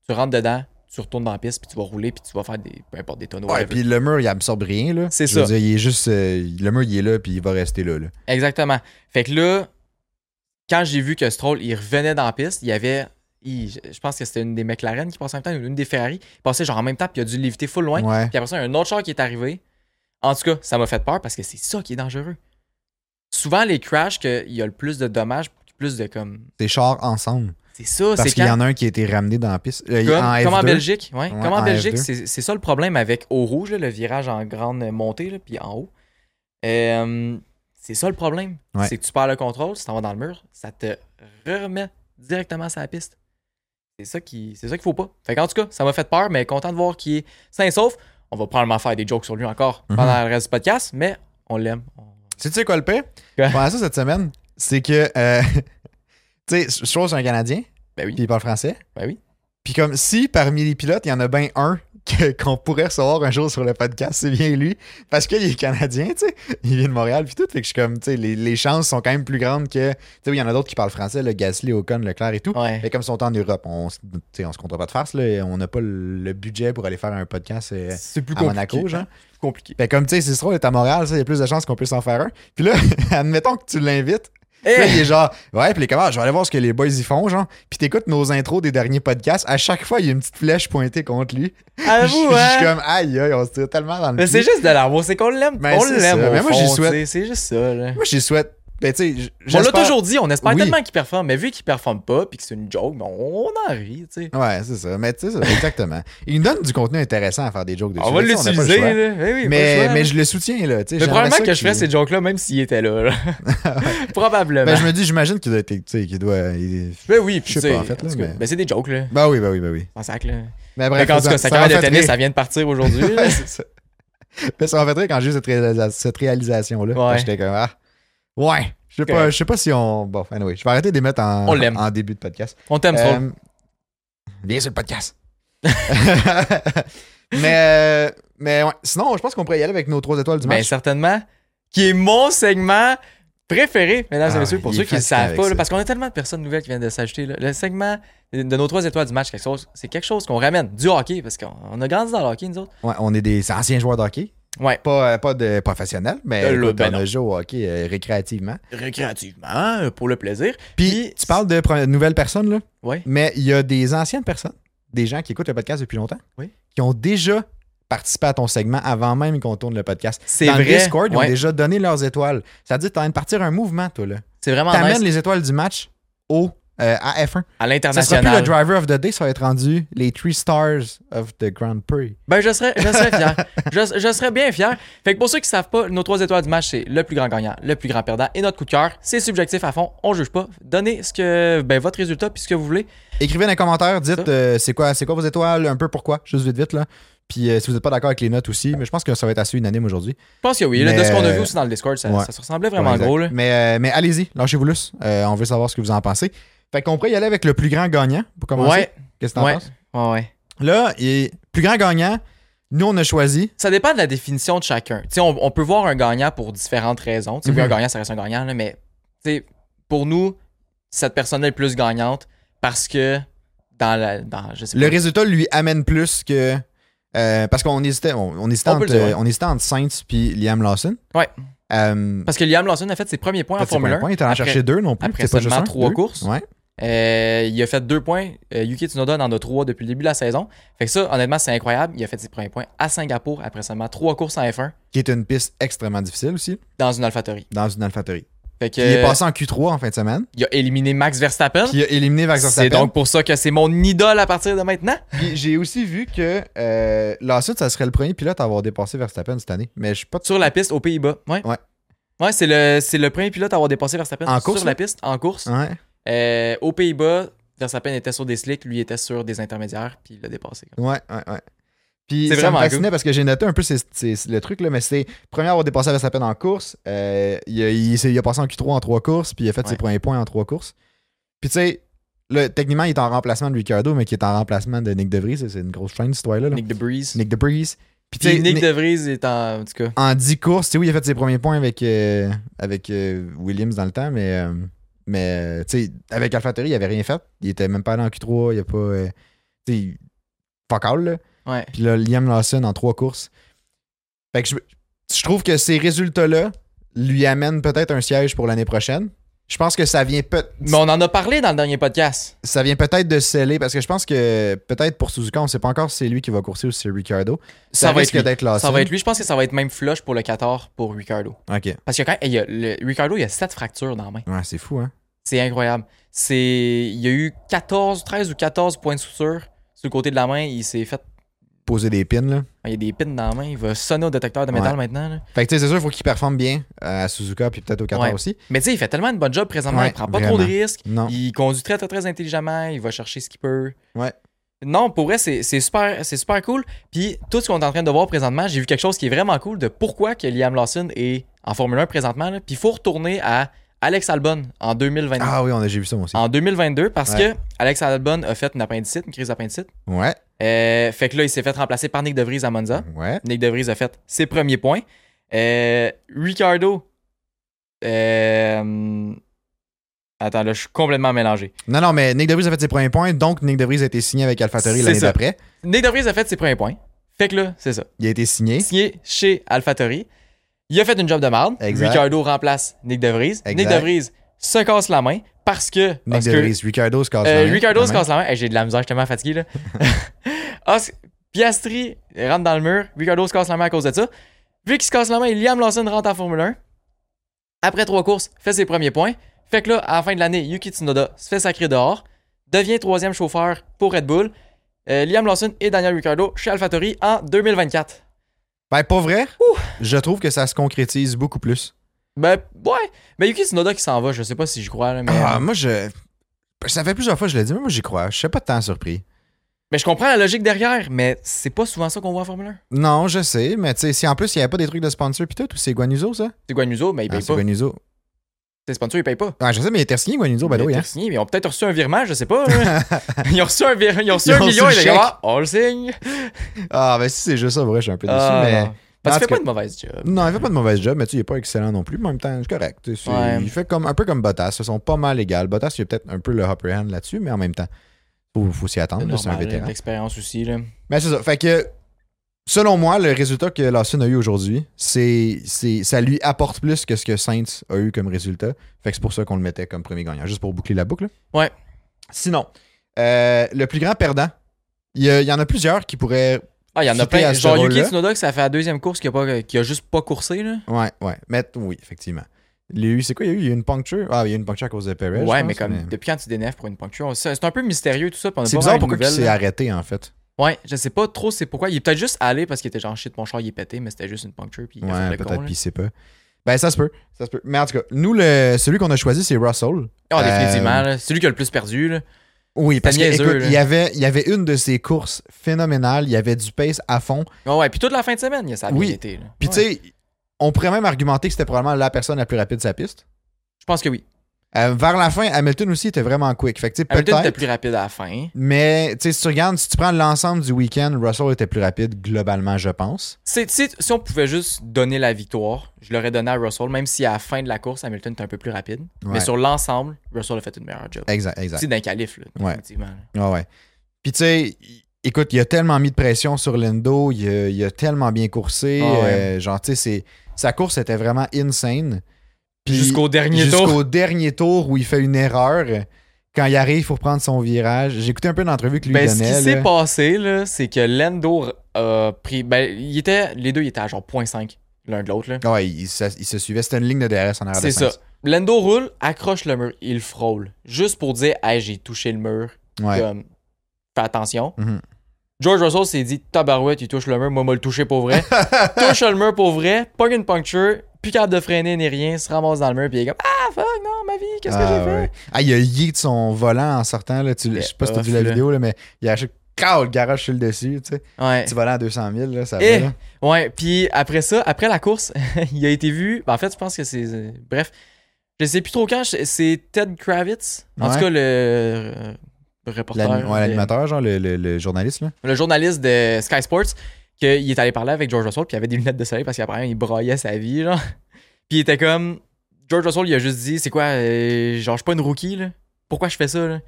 tu rentres dedans, tu retournes dans la piste, puis tu vas rouler, puis tu vas faire des, peu importe, des tonneaux.
Ouais,
whatever.
puis le mur, il absorbe rien, là.
C'est
Je veux
ça.
dire, il est juste. euh, le mur, il est là, puis il va rester là, là.
Exactement. Fait que là, quand j'ai vu que Stroll, il revenait dans la piste, il y avait. il- je pense que c'était une des McLaren qui passait en même temps, une des Ferrari. Il passait genre en même temps, puis il a dû l'éviter full loin.
Ouais.
Puis après ça, il y a un autre char qui est arrivé. En tout cas, ça m'a fait peur parce que c'est ça qui est dangereux. Souvent, les crashs, qu'il y a le plus de dommages, plus de comme.
Ces chars ensemble.
C'est ça,
Parce
c'est
qu'il y
quand.
en a un qui a été ramené dans la piste. euh,
Comme comme
en
en,
F2.
Belgique, ouais.
Ouais,
comme en,
en
Belgique,
F2.
c'est c'est ça le problème avec Eau Rouge, là, le virage en grande montée, là, puis en haut. Euh, c'est ça le problème.
Ouais.
C'est que tu perds le contrôle, si t'en vas dans le mur, ça te remet directement sur la piste. C'est ça qui, c'est ça qu'il faut pas. Fait qu'en tout cas, ça m'a fait peur, mais content de voir qu'il est sain et sauf. On va probablement faire des jokes sur lui encore
Mhm.
pendant le reste du podcast, mais on l'aime. On-
Tu sais quoi le pire?
Quoi?
Pendant ça cette semaine, c'est que. euh, [laughs] tu sais, je trouve que c'est un Canadien,
Ben oui,
puis il parle français.
ben oui.
Puis comme si parmi les pilotes, il y en a bien un [laughs] que- qu'on pourrait recevoir un jour sur le podcast, c'est bien lui. Parce qu'il est Canadien, tu sais. Il vient de Montréal, puis tout. Fait que je suis comme, tu sais, les, les chances sont quand même plus grandes que. Tu sais, oui, il y en a d'autres qui parlent français, le Gasly, Ocon, Leclerc et tout.
Ouais.
Mais comme ils sont en Europe, on, s- tu sais, on se comptera pas de farce, là. On n'a pas le, le budget pour aller faire un podcast. euh,
C'est plus
à Monaco,
compliqué. hein.
genre. Ben,
Plus compliqué.
[laughs] Fait comme, tu sais, si Stroll est à Montréal, ça, il y a plus de chances qu'on puisse en faire un. Puis là, admettons que tu l'invites. Puis là,
Eh!
il est genre, ouais, puis les commentaires, je vais aller voir ce que les boys y font, genre. Puis t'écoutes nos intros des derniers podcasts. À chaque fois, il y a une petite flèche pointée contre lui.
Avoue,
[laughs] je, je suis
hein?
comme, aïe, aïe, on se tire tellement dans le
Mais
pied.
c'est juste de l'amour, c'est qu'on l'aime.
Ben,
on
c'est
l'aime.
ça.
au
Mais moi, j'y
fond,
souhaite.
tu sais, C'est juste ça, là.
Moi, j'y souhaite. Ben, tu sais, j-
On l'a
j'espère-
toujours dit, on espère
Oui.
tellement qu'il performe, mais vu qu'il performe pas puis que c'est une joke, ben, on en rit, tu sais.
Ouais, c'est ça. Mais tu sais, ça, exactement. Il nous donne du contenu intéressant à faire des jokes dessus.
On va
là, tu sais, n'a pas le
l'utiliser,
choix.
là. Eh
[laughs]
oui, pas le
Mais,
choix,
mais
là.
je le soutiens, là. tu sais,
Mais
j'aimerais
probablement
ça
que je ferais
qu'il-
ces jokes-là même s'il était là.
[laughs]
là. Probablement.
Ben, je me dis, j'imagine qu'il doit être. Tu sais, qu'il doit. il-
Ben oui, puis
Je sais
tu sais,
pas, en fait, là,
tout cas,
mais-
ben c'est des jokes, là.
Ben oui, ben oui, ben oui.
En sac, là.
Mais
Mais
bref,
en tout cas, sa
ça- ça m'a
carrière de
fait
tennis,
rire.
ça vient de partir aujourd'hui. là.
[laughs] Ouais, c'est ça. Mais ça m'a fait rire quand j'ai eu cette, réalisa- cette réalisation-là.
Ouais.
J'étais comme, ah, ouais. Je sais pas,
Correct.
je sais pas si on. Bon, anyway, je vais arrêter de les mettre en,
On l'aime.
en début de podcast.
On t'aime trop.
Euh, Viens sur le podcast. [laughs] mais, euh, mais ouais. sinon, je pense qu'on pourrait y aller avec nos trois étoiles du
Ben
match.
certainement. Qui est mon segment préféré, mesdames et
Ah,
messieurs, pour
il
ceux
est
qui ne le
fascinant
savent
avec
pas, là,
ça.
parce qu'on a tellement de personnes nouvelles qui viennent de s'ajouter. là. Le segment de nos trois étoiles du match, quelque chose, c'est quelque chose qu'on ramène du hockey, parce qu'on on a grandi dans le hockey, nous autres.
Ouais, on est des anciens joueurs de hockey.
Ouais.
Pas, euh, pas de professionnels, mais
Euh, là,
écoute,
ben
on a
non.
joué au hockey euh, récréativement.
Récréativement,
euh,
pour le plaisir.
Puis, tu parles de pre- nouvelles personnes, là.
Ouais.
Mais il y a des anciennes personnes, des gens qui écoutent le podcast depuis longtemps,
Oui.
qui ont déjà participé à ton segment avant même qu'on tourne le podcast.
C'est
Dans le
vrai.
Discord, ils ont
ouais.
déjà donné leurs étoiles. Ça veut dire que tu en train de partir un mouvement, toi, là.
C'est vraiment
T'amènes
nice.
les étoiles du match au, euh,
à
à F1. Ça sera plus
l'international.
le driver of the day, ça va être rendu les three stars of the Grand Prix.
Ben, je serais, je serais
[laughs]
fier. je, je serais bien fier. Fait que pour ceux qui savent pas, nos trois étoiles du match, c'est le plus grand gagnant, le plus grand perdant et notre coup de cœur. C'est subjectif à fond, on juge pas. Donnez ce que, ben, votre résultat puis ce que vous voulez.
Écrivez dans les commentaires, dites
Ça.
euh, c'est quoi, c'est quoi vos étoiles, un peu pourquoi, juste vite vite là. Puis euh, si vous n'êtes pas d'accord avec les notes aussi, mais je pense que ça va être assez unanime aujourd'hui.
Je pense que oui. là, de
Mais-
ce qu'on a vu aussi dans le Discord, ça,
Ouais.
ça se ressemblait vraiment
Ouais, exact.
gros. Là.
Mais, euh, mais allez-y, lâchez-vous lousse. Euh, on veut savoir ce que vous en pensez. Fait qu'on pourrait y aller avec le plus grand gagnant pour commencer.
Ouais,
Qu'est-ce que t'en
ouais,
penses?
ouais, ouais.
Là, il- plus grand gagnant, nous on a choisi.
Ça dépend de la définition de chacun. Tu sais, on, on peut voir un gagnant pour différentes raisons. Tu sais, oui,
Mhm.
un gagnant, ça reste un gagnant, là, mais tu sais, pour nous, cette personne-là est plus gagnante parce que dans la. Dans, je sais
Le
pas.
résultat lui amène plus que. euh, parce qu'on hésitait, on, on hésitait
On peut
entre,
le dire, ouais.
on hésitait entre Saints puis Liam Lawson.
Ouais.
Euh,
Parce que Liam Lawson a fait ses premiers points en
fait, c'est pas
Formule
un
1.
point, il était allé en
Après-
chercher deux non plus.
après
c'est pas juste
seulement
un,
trois
deux.
courses.
Ouais.
Euh, il a fait deux points. Euh, Yuki Tsunoda en a trois depuis le début de la saison. Fait que ça, honnêtement, c'est incroyable. Il a fait ses premiers points à Singapour après seulement trois courses en F1
Qui est une piste extrêmement difficile aussi,
dans une AlphaTauri.
dans une alphaterie.
Fait que,
Il est passé en Q3 en fin de semaine.
il a éliminé Max Verstappen.
Puis il a éliminé Max
C'est
Verstappen.
donc pour ça que c'est mon idole à partir de maintenant.
Puis j'ai aussi vu que euh, Lawson, ça serait le premier pilote à avoir dépassé Verstappen cette année. Mais je suis pas
Sur la piste aux Pays-Bas. Ouais.
Ouais.
Ouais, c'est le, c'est le premier pilote à avoir dépassé Verstappen.
En course,
Sur
là?
la piste, en course.
Ouais.
Euh, aux Pays-Bas, Verstappen était sur des slicks. Lui était sur des intermédiaires. Puis il l'a dépassé.
Ouais, ouais, ouais. Puis
C'est
ça me
vraiment
fascinait
cool.
parce que j'ai noté un peu c'est- c'est- c'est le truc, là, mais c'est premier à avoir dépassé Verstappen en course. Euh, il, a, il s'est- il a passé en Q3 en trois courses, puis il a fait ses
Ouais.
premiers points en trois courses. Puis tu sais, là, techniquement, il est en remplacement de Ricardo, mais qui est en remplacement de Nick DeVries. C'est c'est une grosse chaîne, cette histoire-là. là.
Nick de Breeze.
Nick DeVries. Puis tu sais,
Puis Nick
Nick-
de Vries est en, en tout cas.
en 10 courses, tu sais, oui, il a fait ses premiers points avec, euh, avec euh, Williams dans le temps, mais, euh, mais euh, tu sais, avec AlphaTauri, il avait rien fait. Il était même pas allé en Q3, il a pas. euh, tu sais, fuck all, là.
Ouais.
Puis là, Liam Lawson en trois courses. Fait que je, je trouve que ces résultats-là lui amènent peut-être un siège pour l'année prochaine. Je pense que ça vient peut
Mais on en a parlé dans le dernier podcast.
ça vient peut-être de sceller parce que je pense que peut-être pour Suzuka, on sait pas encore si c'est lui qui va courser ou si c'est Ricardo.
Ça,
Ça,
va être
risque
lui.
d'être Lawson.
Ça va être lui. Je pense que ça va être même flush pour le 14 pour Ricardo.
OK.
Parce que quand il y a le, Ricardo, il y a 7 fractures dans la main.
Ouais, c'est fou hein.
C'est incroyable. C'est il y a eu 14, 13 ou 14 points de suture sur le côté de la main, il s'est fait
Poser des pins là.
il y a des pins dans la main, il va sonner au détecteur de
Ouais.
métal maintenant. là.
Fait que tu sais, c'est sûr, il faut qu'il performe bien euh, à Suzuka puis peut-être au Qatar
Ouais.
aussi.
Mais tu sais, il fait tellement une bonne job présentement,
Ouais,
il prend pas
vraiment.
trop de risques,
Non.
il conduit très très très intelligemment, il va chercher ce qu'il peut.
Ouais.
Non, pour vrai, c'est c'est super, c'est super cool. Puis tout ce qu'on est en train de voir présentement, j'ai vu quelque chose qui est vraiment cool de pourquoi que Liam Lawson est en Formule 1 présentement. là. Puis il faut retourner à Alex Albon en 2022.
Ah oui, on a j'ai vu ça moi aussi.
En 2022, parce
Ouais.
que Alex Albon a fait une appendicite, une crise d'appendicite.
Ouais.
Euh, fait que là, il s'est fait remplacer par Nick DeVries à Monza.
Ouais.
Nick DeVries a fait ses premiers points. Euh, Ricardo. euh, Attends, là, je suis complètement mélangé.
Non non, mais Nick DeVries a fait ses premiers points, donc Nick DeVries a été signé avec AlphaTauri
C'est
l'année
ça.
d'après.
Nick DeVries a fait ses premiers points. Fait que là, c'est ça.
Il a été signé.
Signé chez AlphaTauri. Il a fait une job de marde.
Exact.
Ricardo remplace Nick DeVries.
Exact.
Nick DeVries se casse la main parce que.
Nick
Parce
de
que
Vries, Ricardo se casse
euh,
la main.
Ricardo se
Demain.
casse la main. Hey, J'ai de la misère, je suis tellement fatigué. Là. [laughs] Os- Piastri rentre dans le mur. Ricardo se casse la main à cause de ça. Vu qu'il se casse la main, Liam Lawson rentre en Formule 1. Après trois courses, fait ses premiers points. Fait que là, à la fin de l'année, Yuki Tsunoda se fait sacrer dehors. Devient troisième chauffeur pour Red Bull. Euh, Liam Lawson et Daniel Ricciardo chez AlphaTauri en 2024.
Ben, pas vrai. Je trouve que ça se concrétise beaucoup plus.
Ben, ouais. Mais Yuki Tsunoda qui s'en va, je sais pas si je crois, là, mais, euh,
Ah, moi, je. Ça fait plusieurs fois que je l'ai dit, mais moi, j'y crois. Je suis pas tant surpris.
mais je comprends la logique derrière, mais c'est pas souvent ça qu'on voit en Formule 1.
Non, je sais, mais tu sais, si en plus, il n'y avait pas des trucs de sponsor pis tout, ou c'est Guanuso, ça?
C'est Guanuso, mais il
Ah,
paye
c'est
pas.
Guanuso.
C'est sponsor, il paye pas.
Ah, je sais, mais il était signé, Guanuso, ben
Mais
oui,
t'as
hein.
signé, mais ils ont peut-être reçu un virement, je sais pas.
[laughs]
hein. ils ont reçu un, vir- ils ont reçu
Ils
un
ont reçu
million
le
et les
chèque.
gars, on le signe.
Ah, ben si c'est juste ça, vrai, je suis un peu déçu,
Ah,
mais.
non. Parce
en
qu'il fait
tout
pas de mauvaise job.
Non, il fait pas de mauvais job, mais tu sais, il est pas excellent non plus, mais en même temps, c'est correct. tu sais, c'est-
Ouais.
Il fait comme, un peu comme Bottas, ce sont pas mal égales. Bottas, il a peut-être un peu le upper hand là-dessus, mais en même temps, faut, faut s'y attendre,
C'est
là, c'est un
normal, là,
vétéran.
l'expérience aussi. Là.
Mais c'est ça, fait que, selon moi, le résultat que Lawson a eu aujourd'hui, c'est, c'est- ça lui apporte plus que ce que Saints a eu comme résultat. Fait que c'est pour ça qu'on le mettait comme premier gagnant, juste pour boucler la boucle. là.
Ouais.
Sinon, euh, le plus grand perdant, il y, a- il y en a plusieurs qui pourraient
Ah, il y en a
Fitter
plein.
à ce
Genre Yuki
rôle-là.
Tsunoda, que ça fait la deuxième course qui a, pas, qui a juste pas coursé. Là.
Ouais, ouais. Mais oui, effectivement. Il y a eu, c'est quoi, il y a eu? Il y a eu une puncture? Ah, il y a eu une puncture à cause de Perez. je
ouais,
pense,
mais comme depuis quand tu dénèves pour une puncture C'est c'est un peu mystérieux tout ça. puis on a
C'est
pas
bizarre
vraiment
pourquoi
de
il s'est
nouvelles, là.
arrêté, en fait.
Ouais, je sais pas trop c'est pourquoi. Il est peut-être juste allé parce qu'il était genre shit, mon char il est pété, mais c'était juste une puncture. Puis il a fait
ouais,
le
peut-être,
con. là.
puis il sait pas. Ben, ça se peut. Ça se peut. Mais en tout cas, nous, le, celui qu'on a choisi, c'est Russell.
Ah, définitivement.
Euh,
là. C'est lui qui a le plus perdu. Là.
Oui, parce que,
niaiseux,
écoute,
là.
il y, avait, il y avait une de ses courses phénoménales. Il y avait du pace à fond.
Ouais, ouais, puis toute la fin de semaine, il a- ça a bien
Oui.
été. là.
Puis,
Ouais.
tu sais, on pourrait même argumenter que c'était probablement la personne la plus rapide de sa piste.
je pense que oui.
Euh, vers la fin, Hamilton aussi était vraiment quick. Fait que, tu sais,
Hamilton était
peut-être.
plus rapide à la fin.
Mais, tu sais, si tu regardes, si tu prends l'ensemble du week-end, Russell était plus rapide globalement, je pense.
C'est- si, si on pouvait juste donner la victoire, je l'aurais donné à Russell, même si à la fin de la course, Hamilton était un peu plus rapide.
Ouais.
Mais sur l'ensemble, Russell a fait une meilleure job.
Exact, exact.
C'est d'un calife, là,
Ouais.
définitivement. là.
Ouais, ouais. Puis tu sais, il- écoute, il a tellement mis de pression sur Lendo, il a, il a tellement bien coursé.
Ah ouais.
euh, genre, tu sais, c'est- sa course était vraiment insane. Puis
Jusqu'au dernier
jusqu'au
tour.
dernier tour où il fait une erreur, quand il arrive pour prendre son virage, j'ai écouté un peu l'entrevue que lui
Ben, ce
donnait.
qui
là.
s'est passé, là, c'est que Lando a pris. Ben, il était, les deux, ils étaient à genre 0.5 l'un de l'autre. là.
Ouais, il, se- il se suivait. C'était une ligne de DRS en arrière de
C'est ça.
Sainz.
Lando roule, accroche le mur, il frôle. Juste pour dire, hey, j'ai touché le mur.
Ouais.
Comme, fais attention.
Mhm.
George Russell s'est dit tabarouette, il touche le mur, moi, moi le toucher pour
[laughs]
vrai. touche le mur pour vrai, pogne une puncture, plus capable de freiner ni rien, se ramasse dans le mur, puis il est comme Ah fuck, non, ma vie, qu'est-ce que
Ah,
j'ai
ouais. Ah, il a yeet son volant en sortant. Là, tu, je sais pas si t'as
off,
vu la
là.
vidéo, là, mais il a acheté le garage sur le dessus. Tu sais.
fait Ouais.
Petit volant à 200 000, là, ça va.
Eh!
là.
Ouais, puis après ça, après la course, [laughs] il a été vu. ben, en fait, je pense que c'est. euh, bref, je sais plus trop quand, je- c'est Ted Kravitz. En
Ouais.
tout cas, le euh, reporter.
L'ani- ouais,
le-
L'animateur, genre le, le- le journaliste. Là.
le journaliste de Sky Sports, qu'il est allé parler avec George Russell, puis il avait des lunettes de soleil parce qu'apparemment, il broyait sa vie, genre. [laughs] Puis il était comme. George Russell, il a juste dit, c'est quoi, euh, genre, je suis pas une rookie, là. Pourquoi je fais ça, là?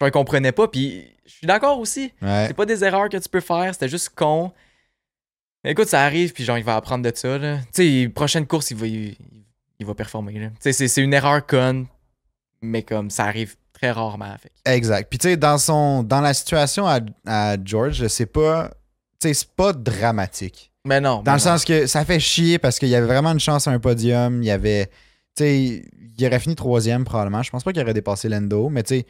Genre, il comprenait pas, puis je suis d'accord aussi.
Ouais.
C'est pas des erreurs que tu peux faire, c'était juste con. Écoute, ça arrive, puis genre, il va apprendre de ça, là. Tu sais, prochaine course, il va, il, il va performer, là. Tu sais, c'est- c'est une erreur conne, mais comme, ça arrive très rarement. Fait. que-
Exact. Puis tu sais, dans son dans la situation à, à George, c'est pas. Tu sais, c'est pas dramatique.
Mais non. mais
Dans le
non.
sens que ça fait chier parce qu'il y avait vraiment une chance à un podium. Il y avait. Tu sais, il aurait fini troisième probablement. Je pense pas qu'il aurait dépassé Lendo, mais tu sais,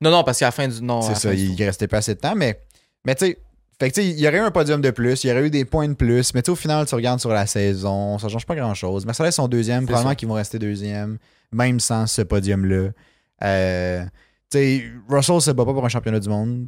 Non, non, parce qu'à la fin du. Non, à
c'est
la fin
ça,
du
il restait pas assez de temps, mais. Mais tu sais. Fait que tu sais, il y aurait eu un podium de plus, il y aurait eu des points de plus, mais tu sais, au final, tu regardes sur la saison, ça change pas grand chose. Mercedes sont deuxième,
C'est
probablement
ça.
qu'ils vont rester deuxième, même sans ce podium-là. Euh, tu sais, Russell se bat pas pour un championnat du monde.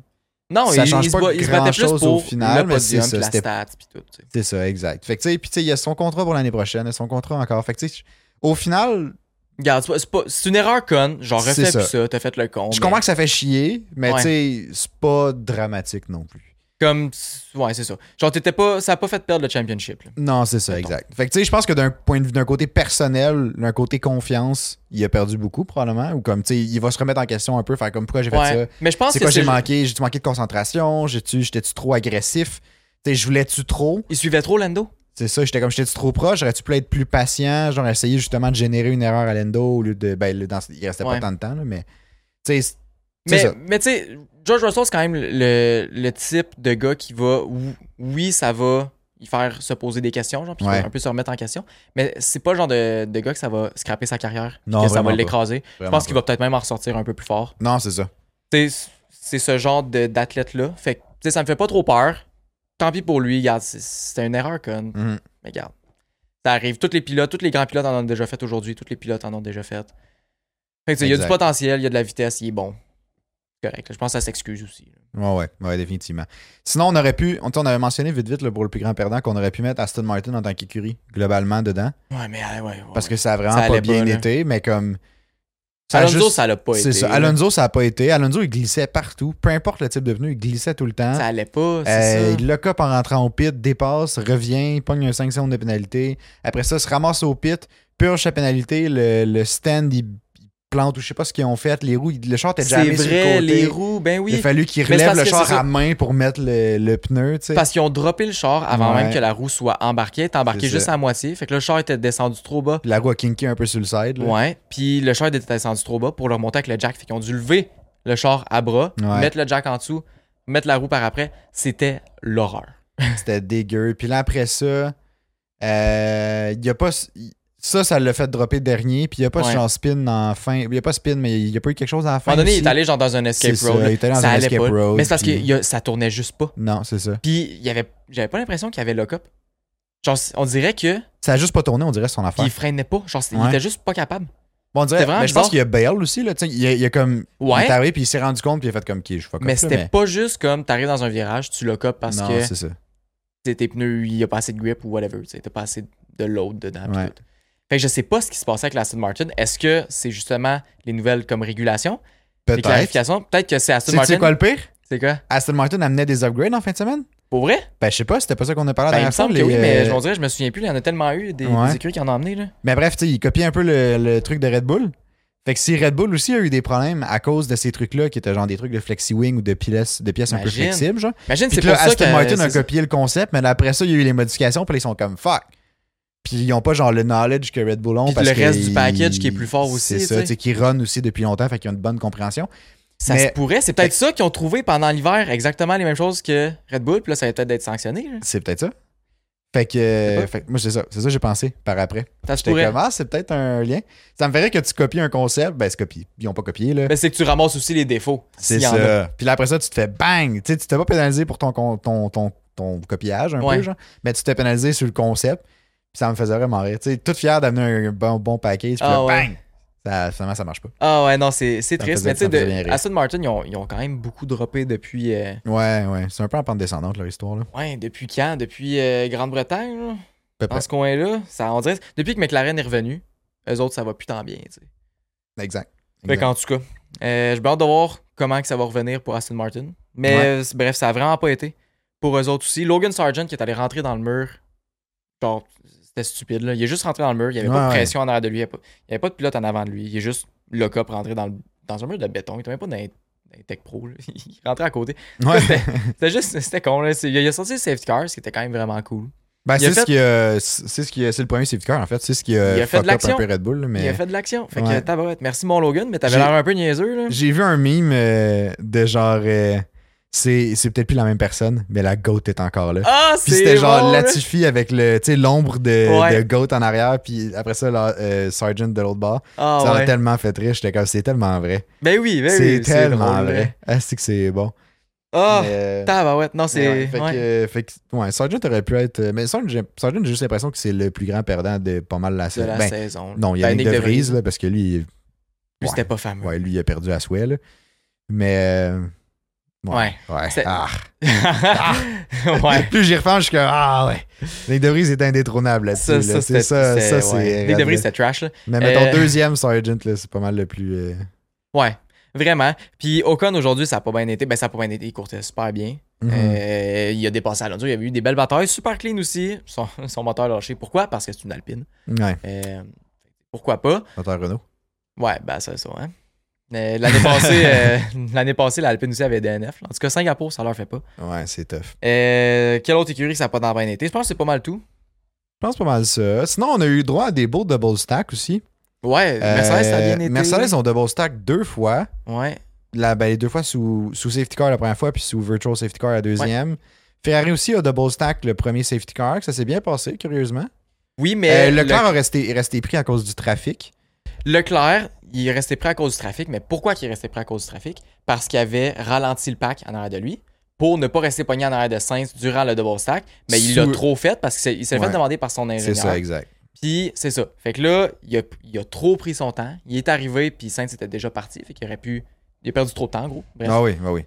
Non,
Ça
il,
change
il
pas
se, bat- il se
grand
battait plus
chose
pour
au final,
le
mais c'est
podium,
ça,
puis la
c'était-
stat, puis tout. tu sais.
C'est ça, exact. Fait que tu sais, puis tu sais, il y a son contrat pour l'année prochaine, il y a son contrat encore. Fait que tu sais, au final,
Regarde, c'est pas- c'est pas- c'est une erreur conne. Genre,
C'est
refais
ça.
plus ça, t'as fait le con.
je
mais
comprends que ça fait chier, mais
Ouais.
tu sais, c'est pas dramatique non plus.
Comme, ouais, c'est ça. Genre, t'étais pas, ça a pas fait perdre le championship. là.
Non, c'est ça,
Mettons.
exact. Fait que tu sais, je pense que d'un point de vue, d'un côté personnel, d'un côté confiance, il a perdu beaucoup probablement, ou comme tu sais, il va se remettre en question un peu, faire comme pourquoi j'ai fait
Ouais. Mais je
ça.
pense
C'est
que
quoi j'ai
c'est-
manqué J'ai-tu manqué de concentration J'ai-tu- J'étais-tu trop agressif Tu sais, je voulais-tu trop
Il suivait trop Lando.
C'est ça, j'étais comme j'étais trop proche, j'aurais-tu pu être plus patient, genre essayer justement de générer une erreur à l'endo au lieu de. Ben, le- dans- il restait
Ouais.
pas tant de temps, là, mais. Tu sais, c'est- c'est
Mais,
ça.
mais tu sais, George Russell, c'est quand même le, le type de gars qui va. ou- Oui, ça va y faire se poser des questions, genre, puis il va
Ouais.
un peu se remettre en question. Mais c'est pas le genre de, de gars que ça va scraper sa carrière,
Non,
que ça
vraiment
va
pas.
l'écraser. Je
Vraiment
pense qu'il
pas.
va peut-être même en ressortir un peu plus fort.
Non, c'est ça.
Tu sais, c'est ce genre de- d'athlète-là. Fait que, tu sais, ça me fait pas trop peur. Tant pis pour lui, regarde, c'est- c'était une erreur, conne.
Mhm.
Mais regarde, ça arrive. Tous les pilotes, tous les grands pilotes en ont déjà fait aujourd'hui. Tous les pilotes en ont déjà fait. Fait que, tu sais, il y a du
Exact.
potentiel, il y a de la vitesse, il est bon. C'est Correct. là. Je pense que ça s'excuse aussi. là.
Ouais, ouais, ouais, définitivement. Sinon, on aurait pu. On, on avait mentionné vite, vite, là, pour le plus grand perdant, qu'on aurait pu mettre Aston Martin en tant qu'écurie, globalement, dedans.
Ouais, mais ouais, ouais. ouais.
Parce que ça a vraiment
Ça allait
pas bien
pas, là.
été, mais comme. ça a
Alonso,
juste-
ça l'a pas été.
C'est ça.
là.
Alonso, ça n'a pas été. Alonso, il glissait partout. Peu importe le type de pneu, il glissait tout le temps.
Ça allait pas. C'est
Euh,
ça.
hein? il le cop en rentrant au pit, dépasse, revient, pogne un 5 secondes de pénalité. Après ça, se ramasse au pit, purge sa pénalité, le, le stand, il il plante ou je sais pas ce qu'ils ont fait. Les roues, il- le char était
C'est
jamais sur le
vrai,
côté.
les roues, ben
Il a
oui.
fallu qu'il
Mais c'est
relève
parce
le
que
char
c'est ça.
à main pour mettre le, le pneu, tu sais.
Parce qu'ils ont droppé le char avant
Ouais.
même que la roue soit embarquée. Elle était embarquée
C'est ça.
juste à moitié. Fait que là, le char était descendu trop bas.
Puis La roue a kinké un peu sur le side. là.
Ouais. Puis le char était descendu trop bas pour le remonter avec le jack. Fait qu'ils ont dû lever le char à bras,
Ouais.
mettre le jack en dessous, mettre la roue par après. C'était l'horreur.
C'était dégueu. Puis là, après ça, euh, il y a pas. Ça, ça l'a fait dropper dernier. Puis il n'y a pas ce
Ouais.
genre spin en fin. Il n'y a pas spin, mais il n'y a pas eu quelque chose en
À
fin.
un moment donné, il
aussi.
est allé genre dans un escape
C'est
road.
ça,
là.
il est allé dans
ça
un
allait
escape
pas.
road,
Mais c'est parce
puis-
que il y a- ça tournait juste pas.
Non, c'est ça.
Puis il y avait, j'avais pas l'impression qu'il y avait lock-up. Genre, c- on dirait que.
Ça a juste pas tourné, on dirait, son affaire.
Puis il freinait pas. Genre, c'est- il
Ouais.
était juste pas capable.
Bon, on dirait,
C'était vraiment
mais je pense
bizarre.
qu'il y a Bale aussi, là. tu sais, Il y a, il y a comme. Il
Ouais.
est arrivé, puis il s'est rendu compte, puis il a fait comme qui je fuck off,
Mais
là,
c'était pas juste comme t'arrives dans un virage, tu lock-up parce
non,
que
c'est ça.
t'sais, tes pneus, il y a pas assez de grip ou whatever. tu sais, T'as pas assez de load dedans. pis
Ouais.
tout. Fait que je sais pas ce qui se passait avec l'Aston Martin. Est-ce que c'est justement les nouvelles comme régulation, les
Peut-être.
clarifications Peut-être que c'est Aston
Tu sais
Martin.
quoi le pire?
C'est quoi
Aston Martin amenait des upgrades en fin de semaine?
Pour vrai
Ben, je sais pas, c'était pas ça qu'on a parlé
Ben,
la
Il me
dernière fois.
semble que
les,
oui, mais je
euh,
m'en dirais, je me souviens plus. Il y en a tellement eu des, des
Ouais.
écuries qui en ont emmené. Là.
Mais bref, tu sais, il copiait un peu le, le truc de Red Bull. Fait que si Red Bull aussi a eu des problèmes à cause de ces trucs-là, qui étaient genre des trucs de flexi-wing ou de pièces, de pièces un peu
Imagine.
flexibles, genre.
Imagine,
Puis
c'est
que
pour
là,
ça que.
Aston Martin a
c'est ça.
copié le concept, mais là, après ça, il y a eu les modifications, puis là, ils sont comme fuck. Puis ils ont pas genre le knowledge que Red Bull ont.
Puis
parce
le
que
reste du
ils-
package qui est plus fort aussi,
C'est ça,
tu sais.
tu sais, qui run aussi depuis longtemps, fait qu'ils ont une bonne compréhension.
Ça
Mais-
se pourrait. C'est peut-être ça qu'ils ont trouvé pendant l'hiver, exactement les mêmes choses que Red Bull. Puis là, ça va peut-être d'être sanctionné. là.
C'est peut-être ça. Fait que, euh,
Je sais pas.
fait que moi, c'est ça. C'est ça que j'ai pensé par après.
Ça se
J'étais
pourrait.
comme, ah, c'est peut-être un lien. Ça me ferait que tu copies un concept. Ben, c'est copié. Ils ont pas copié, là.
Mais Ben, c'est que tu ramasses aussi les défauts.
C'est
s'il y en a.
ça. Puis là, après ça, tu te fais bang. Tu sais, tu t'es pas pénalisé pour ton, con- ton, ton, ton copiage, un peu,
Ouais.
genre. Mais tu t'es pénalisé sur le concept. Puis ça me faisait vraiment rire. Tu sais, toute fière d'amener un, bon, bon package. Puis
Ah
là,
ouais.
bang! Ça, finalement, ça marche pas.
Ah ouais, non, c'est c'est
Ça me
triste.
faisait-
Mais tu sais,
ça me faisait
de-
bien rire.
Aston Martin, ils ont, ils ont quand même beaucoup droppé depuis. euh,
Ouais, ouais. C'est un peu en pente descendante, leur histoire, là.
ouais, depuis quand Depuis euh, Grande-Bretagne, là?
Peu
dans
près.
ce coin-là. Ça, on dirait, depuis que McLaren est revenu, eux autres, ça va plus tant bien. tu sais. [laughs]
Exact.
Fait
Exact.
qu'en tout cas, euh, j'ai bien hâte de voir comment que ça va revenir pour Aston Martin. Mais
Ouais.
euh, c- bref, ça a vraiment pas été pour eux autres aussi. Logan Sargent qui est allé rentrer dans le mur, genre, c'était stupide. Là. Il est juste rentré dans le mur, il n'y avait
Ouais,
pas de
ouais.
pression en arrière de lui, il n'y avait, pas- il y avait pas de pilote en avant de lui. Il est juste le cop rentré dans, le- dans un mur de béton, il était même pas dans les, dans les Tech Pro. là. [laughs] Il rentrait à côté.
Ouais.
C'était c'était juste, c'était con. Là. C'est- Il a il a sorti le safety car, ce qui était quand même vraiment cool.
Ben,
Il a
c'est ce
fait-
qui a- c'est ce qui a- c'est le premier safety car, en fait. C'est ce qui
Il a fait
fuck
de
up un
l'action.
peu Red Bull, là, mais...
Il a fait de l'action. Fait
Ouais.
que tabarouette. Merci mon Logan, mais t'avais
J'ai-
l'air un peu niaiseux. Là.
J'ai vu un meme euh, de genre. euh, c'est c'est peut-être plus la même personne, mais la GOAT est encore là.
Ah,
Puis
c'est
c'était genre
bon, là.
Latifi avec le tu sais, l'ombre de,
Ouais.
de Goat en arrière, puis après ça, là, euh, Sergeant de l'autre bord.
Ah,
ça m'a
ouais.
tellement fait rire, j'étais comme c'est tellement vrai.
Ben oui, ben
c'est
oui,
tellement
drôle, là.
vrai. Ah, c'est que c'est bon.
Ah,
Mais, euh,
tabarouette, non,
mais ouais,
c'est...
fait,
ouais.
Que, euh, fait que, ouais, Sergeant aurait pu être. euh, Mais Sergeant, j'ai Sergeant, j'ai juste l'impression que c'est le plus grand perdant de pas mal la
de
saison.
la
Ben,
saison.
non, il y a
Ben, Nick
Nick de
de
Vries,
Vries.
là, parce que lui, il-
Lui,
ouais.
c'était pas fameux.
ouais, lui, il a perdu à souhait. là. Mais. euh,
Ouais.
Ouais.
C'est-
Ah.
[laughs] ouais.
Plus j'y repense, je suis comme Ah ouais. Nick De Vries est indétrônable là-dessus.
Ça, ça,
là. [laughs] c'est
c'était...
ça,
c'était-
ça,
ouais.
c'est.
Nick de Vries,
raide,
c'était trash, là.
Mais mettons
Euh,
deuxième Sergeant, là, c'est pas mal le plus. euh,
Ouais, vraiment. Puis Ocon, aujourd'hui, ça a pas bien été. Ben, ça a pas bien été. Il courtait super bien.
mhm.
Euh, il a dépassé Alonso. Il y avait eu des belles batailles. Super clean aussi. Son, son moteur lâché. Pourquoi? Parce que c'est une Alpine.
Ouais,
Euh, pourquoi pas?
moteur Renault.
Ouais, ben ça, ça, hein. Euh, L'année passée,
[laughs]
euh, l'année passée, l'Alpine aussi avait DNF. En tout cas, Singapour, ça leur fait pas.
Ouais, c'est tough.
Euh, quelle autre écurie que ça n'a pas dans bien été? Je pense que c'est pas mal tout.
pense pas mal ça. Sinon, on a eu droit à des beaux double stack aussi.
Ouais, Mercedes, ça a bien
Euh,
été.
Mercedes ont double stack deux fois.
Ouais.
La, ben, les deux fois sous, sous safety car la première fois, puis sous virtual safety car la deuxième. Ferrari aussi a double stack le premier safety car. que Ça s'est bien passé, curieusement.
Oui, mais
Euh,
le-
Leclerc a resté, est resté pris à cause du trafic.
Leclerc, il est resté prêt à cause du trafic. Mais pourquoi il est resté prêt à cause du trafic? Parce qu'il avait ralenti le pack en arrière de lui pour ne pas rester pogné en arrière de Sainz durant le double stack. Mais il l'a
Sous-
trop fait parce qu'il s'est
Ouais.
fait demander par son ingénieur.
C'est ça, exact.
Puis c'est ça. Fait que là, il a, il a trop pris son temps. Il est arrivé, puis Sainz était déjà parti. Fait qu'il aurait pu. Il a perdu trop de temps, en gros. Bref.
Ah oui, ah oui.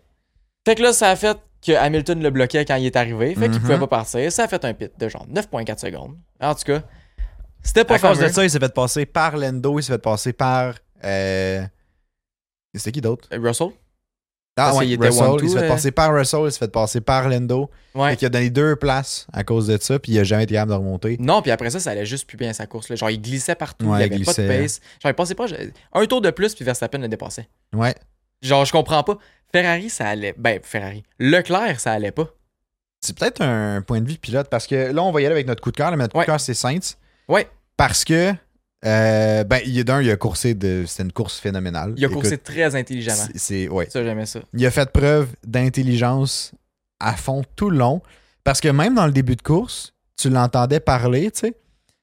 Fait que là, ça a fait que Hamilton le bloquait quand il est arrivé. Fait qu'il
Mhm.
pouvait pas partir. Ça a fait un pit de genre 9,4 secondes. En tout cas, c'était pas
À cause
fameux.
de ça, il s'est fait passer par Lendo, il s'est fait passer par. Euh... C'était qui d'autre
Euh, Russell?
Ah,
Parce
ouais,
qu'il était
Russell.
one-two,
il s'est fait
euh.
passer par Russell, il s'est fait passer par Lendo.
Ouais.
Fait qu'il a donné deux places à cause de ça, puis il a jamais été capable de remonter.
Non, puis après ça, ça allait juste plus bien sa course. Là. Genre, il glissait partout.
Ouais,
il avait
il
pas de
glissait.
pace. Genre, il passait pas. je- Un tour de plus, puis Verstappen le dépassait.
Ouais.
Genre, je comprends pas. Ferrari, ça allait. Ben, Ferrari. Leclerc, ça allait pas.
C'est peut-être un point de vue pilote, parce que là, on va y aller avec notre coup de cœur. là, mais Notre coup
Ouais.
de cœur, c'est Saints.
Ouais.
Parce que, euh, ben, il y a d'un, il a coursé de. C'était une course phénoménale.
Il a
Écoute,
coursé très intelligemment.
c'est- C'est. Ouais.
Ça, j'aimais ça.
Il a fait preuve d'intelligence à fond tout le long. Parce que même dans le début de course, tu l'entendais parler, tu sais,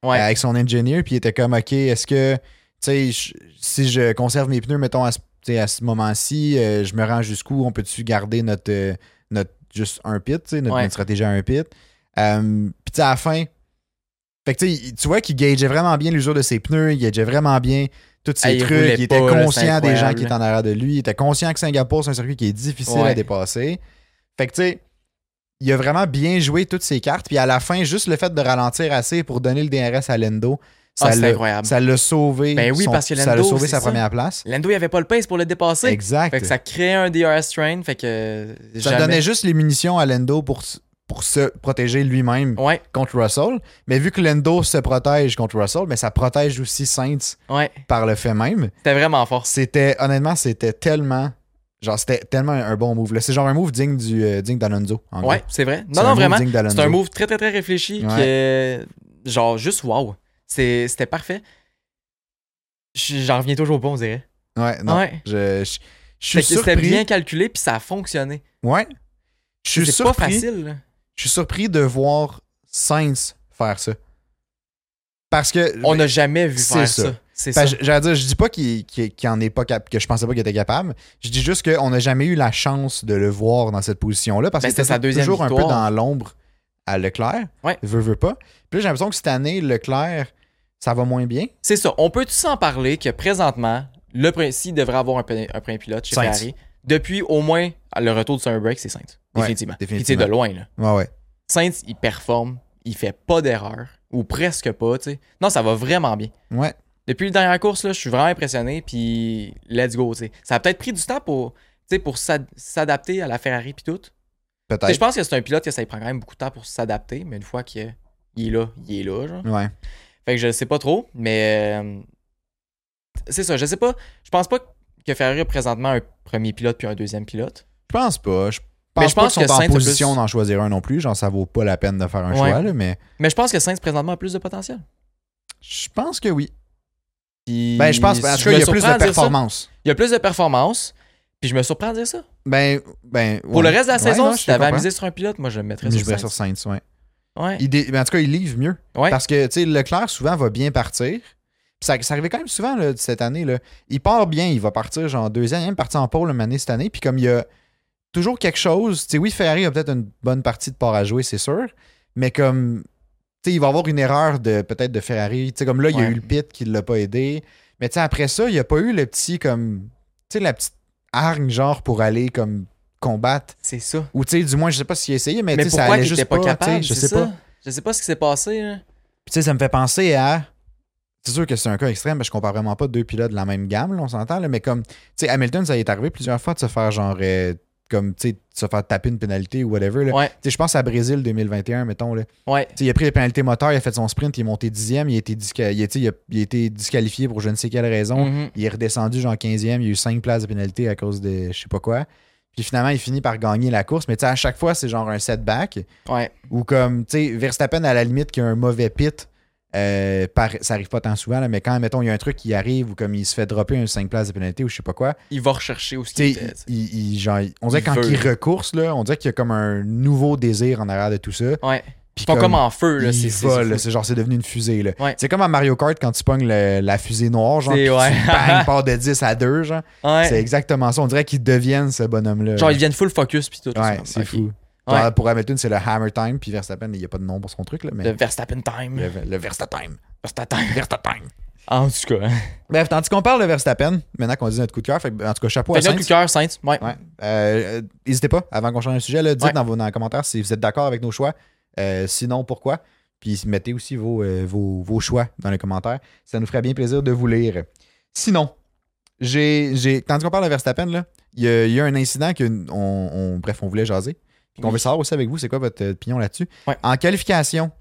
Ouais.
avec son ingénieur, puis il était comme, OK, est-ce que, tu sais, je- si je conserve mes pneus, mettons, à ce, tu sais, à ce moment-ci, euh, je me rends jusqu'où, on peut-tu garder notre, euh, notre juste un pit, tu sais, notre,
Ouais.
notre stratégie à un pit. Euh, puis tu sais, à la fin, fait que tu sais, il- tu vois qu'il gageait vraiment bien l'usure de ses pneus, il gageait vraiment bien tous ses
Ah, il
trucs,
roulait
il était
pas, là, c'est
conscient des gens
incroyable.
qui étaient en arrière de lui, il était conscient que Singapour, c'est un circuit qui est difficile
Ouais.
à dépasser. Fait que tu sais, il a vraiment bien joué toutes ses cartes, puis à la fin, juste le fait de ralentir assez pour donner le DRS à Lendo, ça
Ah, c'est
l'a-
incroyable.
ça l'a sauvé,
Ben oui,
son-
parce que
ça l'a
Lando,
sauvé
c'est
sa
ça.
première place.
Lando, il avait pas le pace pour le dépasser.
Exact.
Fait que ça créait un DRS train. Fait que. euh,
Ça
jamais-
donnait juste les munitions à Lendo pour, s- pour se protéger lui-même
Ouais,
contre Russell. Mais vu que Lendo se protège contre Russell, mais ça protège aussi Saints
ouais.
par le fait même.
C'était vraiment fort.
C'était, honnêtement, c'était tellement. Genre, c'était tellement un bon move. là. C'est genre un move digne du euh, digne d'Alonso. en gros.
Ouais, c'est vrai. Non,
C'est un
non,
move
vraiment.
digne d'Alonso.
C'est un move très, très, très réfléchi. qui
Ouais.
est- Genre, juste wow. C'est- C'était parfait. Je- J'en reviens toujours pas, on dirait.
Ouais, non.
Ouais.
Je, je- je
Fait
suis
que c'était
surpris.
bien calculé, puis ça a fonctionné.
Ouais. Je suis
C'est pas
surpris.
facile. là.
Je suis surpris de voir Saints faire ça. Parce que.
On n'a jamais vu
C'est
faire
ça.
ça. C'est ça.
Parce que J'allais dire, Ben, je dis pas qu'il qu'il- qu'il en est pas capable, que je pensais pas qu'il était capable. Je dis juste qu'on n'a jamais eu la chance de le voir dans cette position-là parce
Ben,
que
c'était
c'était
sa deuxième
toujours un peu
victoire.
dans l'ombre à Leclerc.
Ouais.
Veut, veut pas. Puis là, j'ai l'impression que cette année, Leclerc, ça va moins bien.
C'est ça. On peut tout s'en parler que présentement, le principe devrait avoir un, pe- un premier pilote chez
Sainz.
Ferrari. Depuis au moins le retour de Summer Break, c'est Sainz.
Ouais,
Définitivement. Puis, tu sais,
définitivement.
de loin, là.
Ouais, ouais.
Sainz, il performe, il fait pas d'erreur, ou presque pas, tu sais. Non, ça va vraiment bien.
Ouais.
Depuis la dernière course, là, je suis vraiment impressionné, puis let's go, tu sais. Ça a peut-être pris du temps pour, tu sais, pour s'ad- s'adapter à la Ferrari, puis tout. Tu sais, Je
Peut-être.
pense que c'est un pilote que ça lui prend quand même beaucoup de temps pour s'adapter, mais une fois qu'il est il est là, il est là, genre.
Ouais.
Fait que je sais pas trop, mais euh, c'est ça, je sais pas. Je pense pas que Ferrari a présentement un premier pilote puis un deuxième pilote.
Je pense pas. Je pense,
Mais je pense
pas qu'ils
que
sont
Sainz
en
a
position
plus-
d'en choisir un non plus. Genre, ça vaut pas la peine de faire un
Ouais.
choix, là, mais
Mais je pense que Sainz présentement a plus de potentiel.
je pense que oui.
Puis,
Ben, je pense. En tout cas,
me
il y a plus
surprends à
de
dire ça.
performance.
Il y a plus de performance, puis je me surprends à dire ça.
Ben, ben.
Pour le reste de la saison, si t'avais
amusé
amusé sur un pilote, moi je le mettrais
je
sur
vais
Sainz.
sur Sainz, ouais.
Ouais.
Il dé- mais en tout cas, il livre mieux.
Ouais.
Parce que, tu sais, Leclerc, souvent, va bien partir. Puis ça, ça arrivait quand même souvent là, cette année. Là. Il part bien, il va partir genre deuxième, il est même parti en pôle une année cette année. Puis comme il y a toujours quelque chose, tu sais, oui, Ferrari a peut-être une bonne partie de part à jouer, c'est sûr. Mais comme, tu sais, il va avoir une erreur de peut-être de Ferrari. Tu sais, comme là, il y a
Ouais.
eu le pit qui ne l'a pas aidé. Mais tu sais, après ça, il n'y a pas eu le petit, comme, tu sais, la petite hargne genre pour aller comme combattre.
C'est ça.
Ou tu sais, du moins, je sais pas s'il a essayé, mais,
Mais
tu sais, ça
pourquoi
allait
il
juste
était pas,
pas, tu sais,
capable?
Je
c'est
sais
ça.
pas.
Je sais pas ce qui s'est passé. hein. là.
Puis, tu sais, ça me fait penser à. C'est sûr que c'est un cas extrême, parce que je compare vraiment pas deux pilotes de la même gamme, là, on s'entend, là, mais comme, tu sais, Hamilton, ça y est arrivé plusieurs fois de se faire genre, euh, comme, tu sais, de se faire taper une pénalité ou whatever. là.
Ouais.
Tu sais, je pense à Brésil 2021, mettons, là. Tu
Ouais.
sais, il a pris les pénalités moteurs, il a fait son sprint, il est monté dixième, il a été, disca- il a, tu sais, il a- il a été disqualifié pour je ne sais quelle raison.
Mhm.
Il est redescendu genre 15e, il a eu cinq places de pénalité à cause de je sais pas quoi. Puis finalement, il finit par gagner la course. Mais tu sais, à chaque fois, c'est genre un setback.
Ouais.
Ou comme, tu sais, Verstappen, à la limite, qui a un mauvais pit, euh, par- ça arrive pas tant souvent, là, mais quand, mettons, il y a un truc qui arrive ou comme il se fait dropper un 5 places de pénalité ou je sais pas quoi,
Il va rechercher aussi.
tu sais, il- il- il- genre, il- on dirait
Il
quand
veut.
il recourse, là, on dirait qu'il y a comme un nouveau désir en arrière de tout ça.
Ouais.
Puis
Ils sont
comme-
comme en feu, là.
il
C'est c'est-
vole,
c'est
là,
fou.
c'est genre c'est devenu une fusée là.
Ouais.
C'est comme à Mario Kart quand tu pognes le- la fusée noire genre
C'est-
puis
ouais. [laughs]
tu bang, part de 10 à 2 genre.
Ouais.
C'est exactement ça, on dirait qu'ils deviennent ce bonhomme là.
Genre, ils viennent full focus puis tout.
Ouais,
comme,
c'est
ok.
fou.
Ouais.
Genre, pour Hamilton, c'est le Hammer Time puis Verstappen, il n'y a pas de nom pour son truc là, mais
Le Verstappen time.
le, le Verstatime.
Verstappen.
Verstatime.
En tout cas. hein.
Bref, tandis qu'on parle de Verstappen, maintenant qu'on dit notre coup de cœur, fait que, en tout cas chapeau
Fait
à
que là, coup de
Sainz.
cœur, Sainz. Ouais.
Ouais. Euh, euh, N'hésitez pas, avant qu'on change de sujet, là, dites
Ouais.
dans, vos, dans les commentaires si vous êtes d'accord avec nos choix. Euh, sinon, pourquoi? Puis mettez aussi vos, euh, vos, vos choix dans les commentaires. Ça nous ferait bien plaisir de vous lire. Sinon, j'ai. j'ai- Tandis qu'on parle de Verstappen, là, il y, a- il y a un incident que on, on- bref, on voulait jaser. Puis qu'on
Oui.
veut savoir aussi avec vous, c'est quoi votre opinion là-dessus.
Ouais.
En qualification,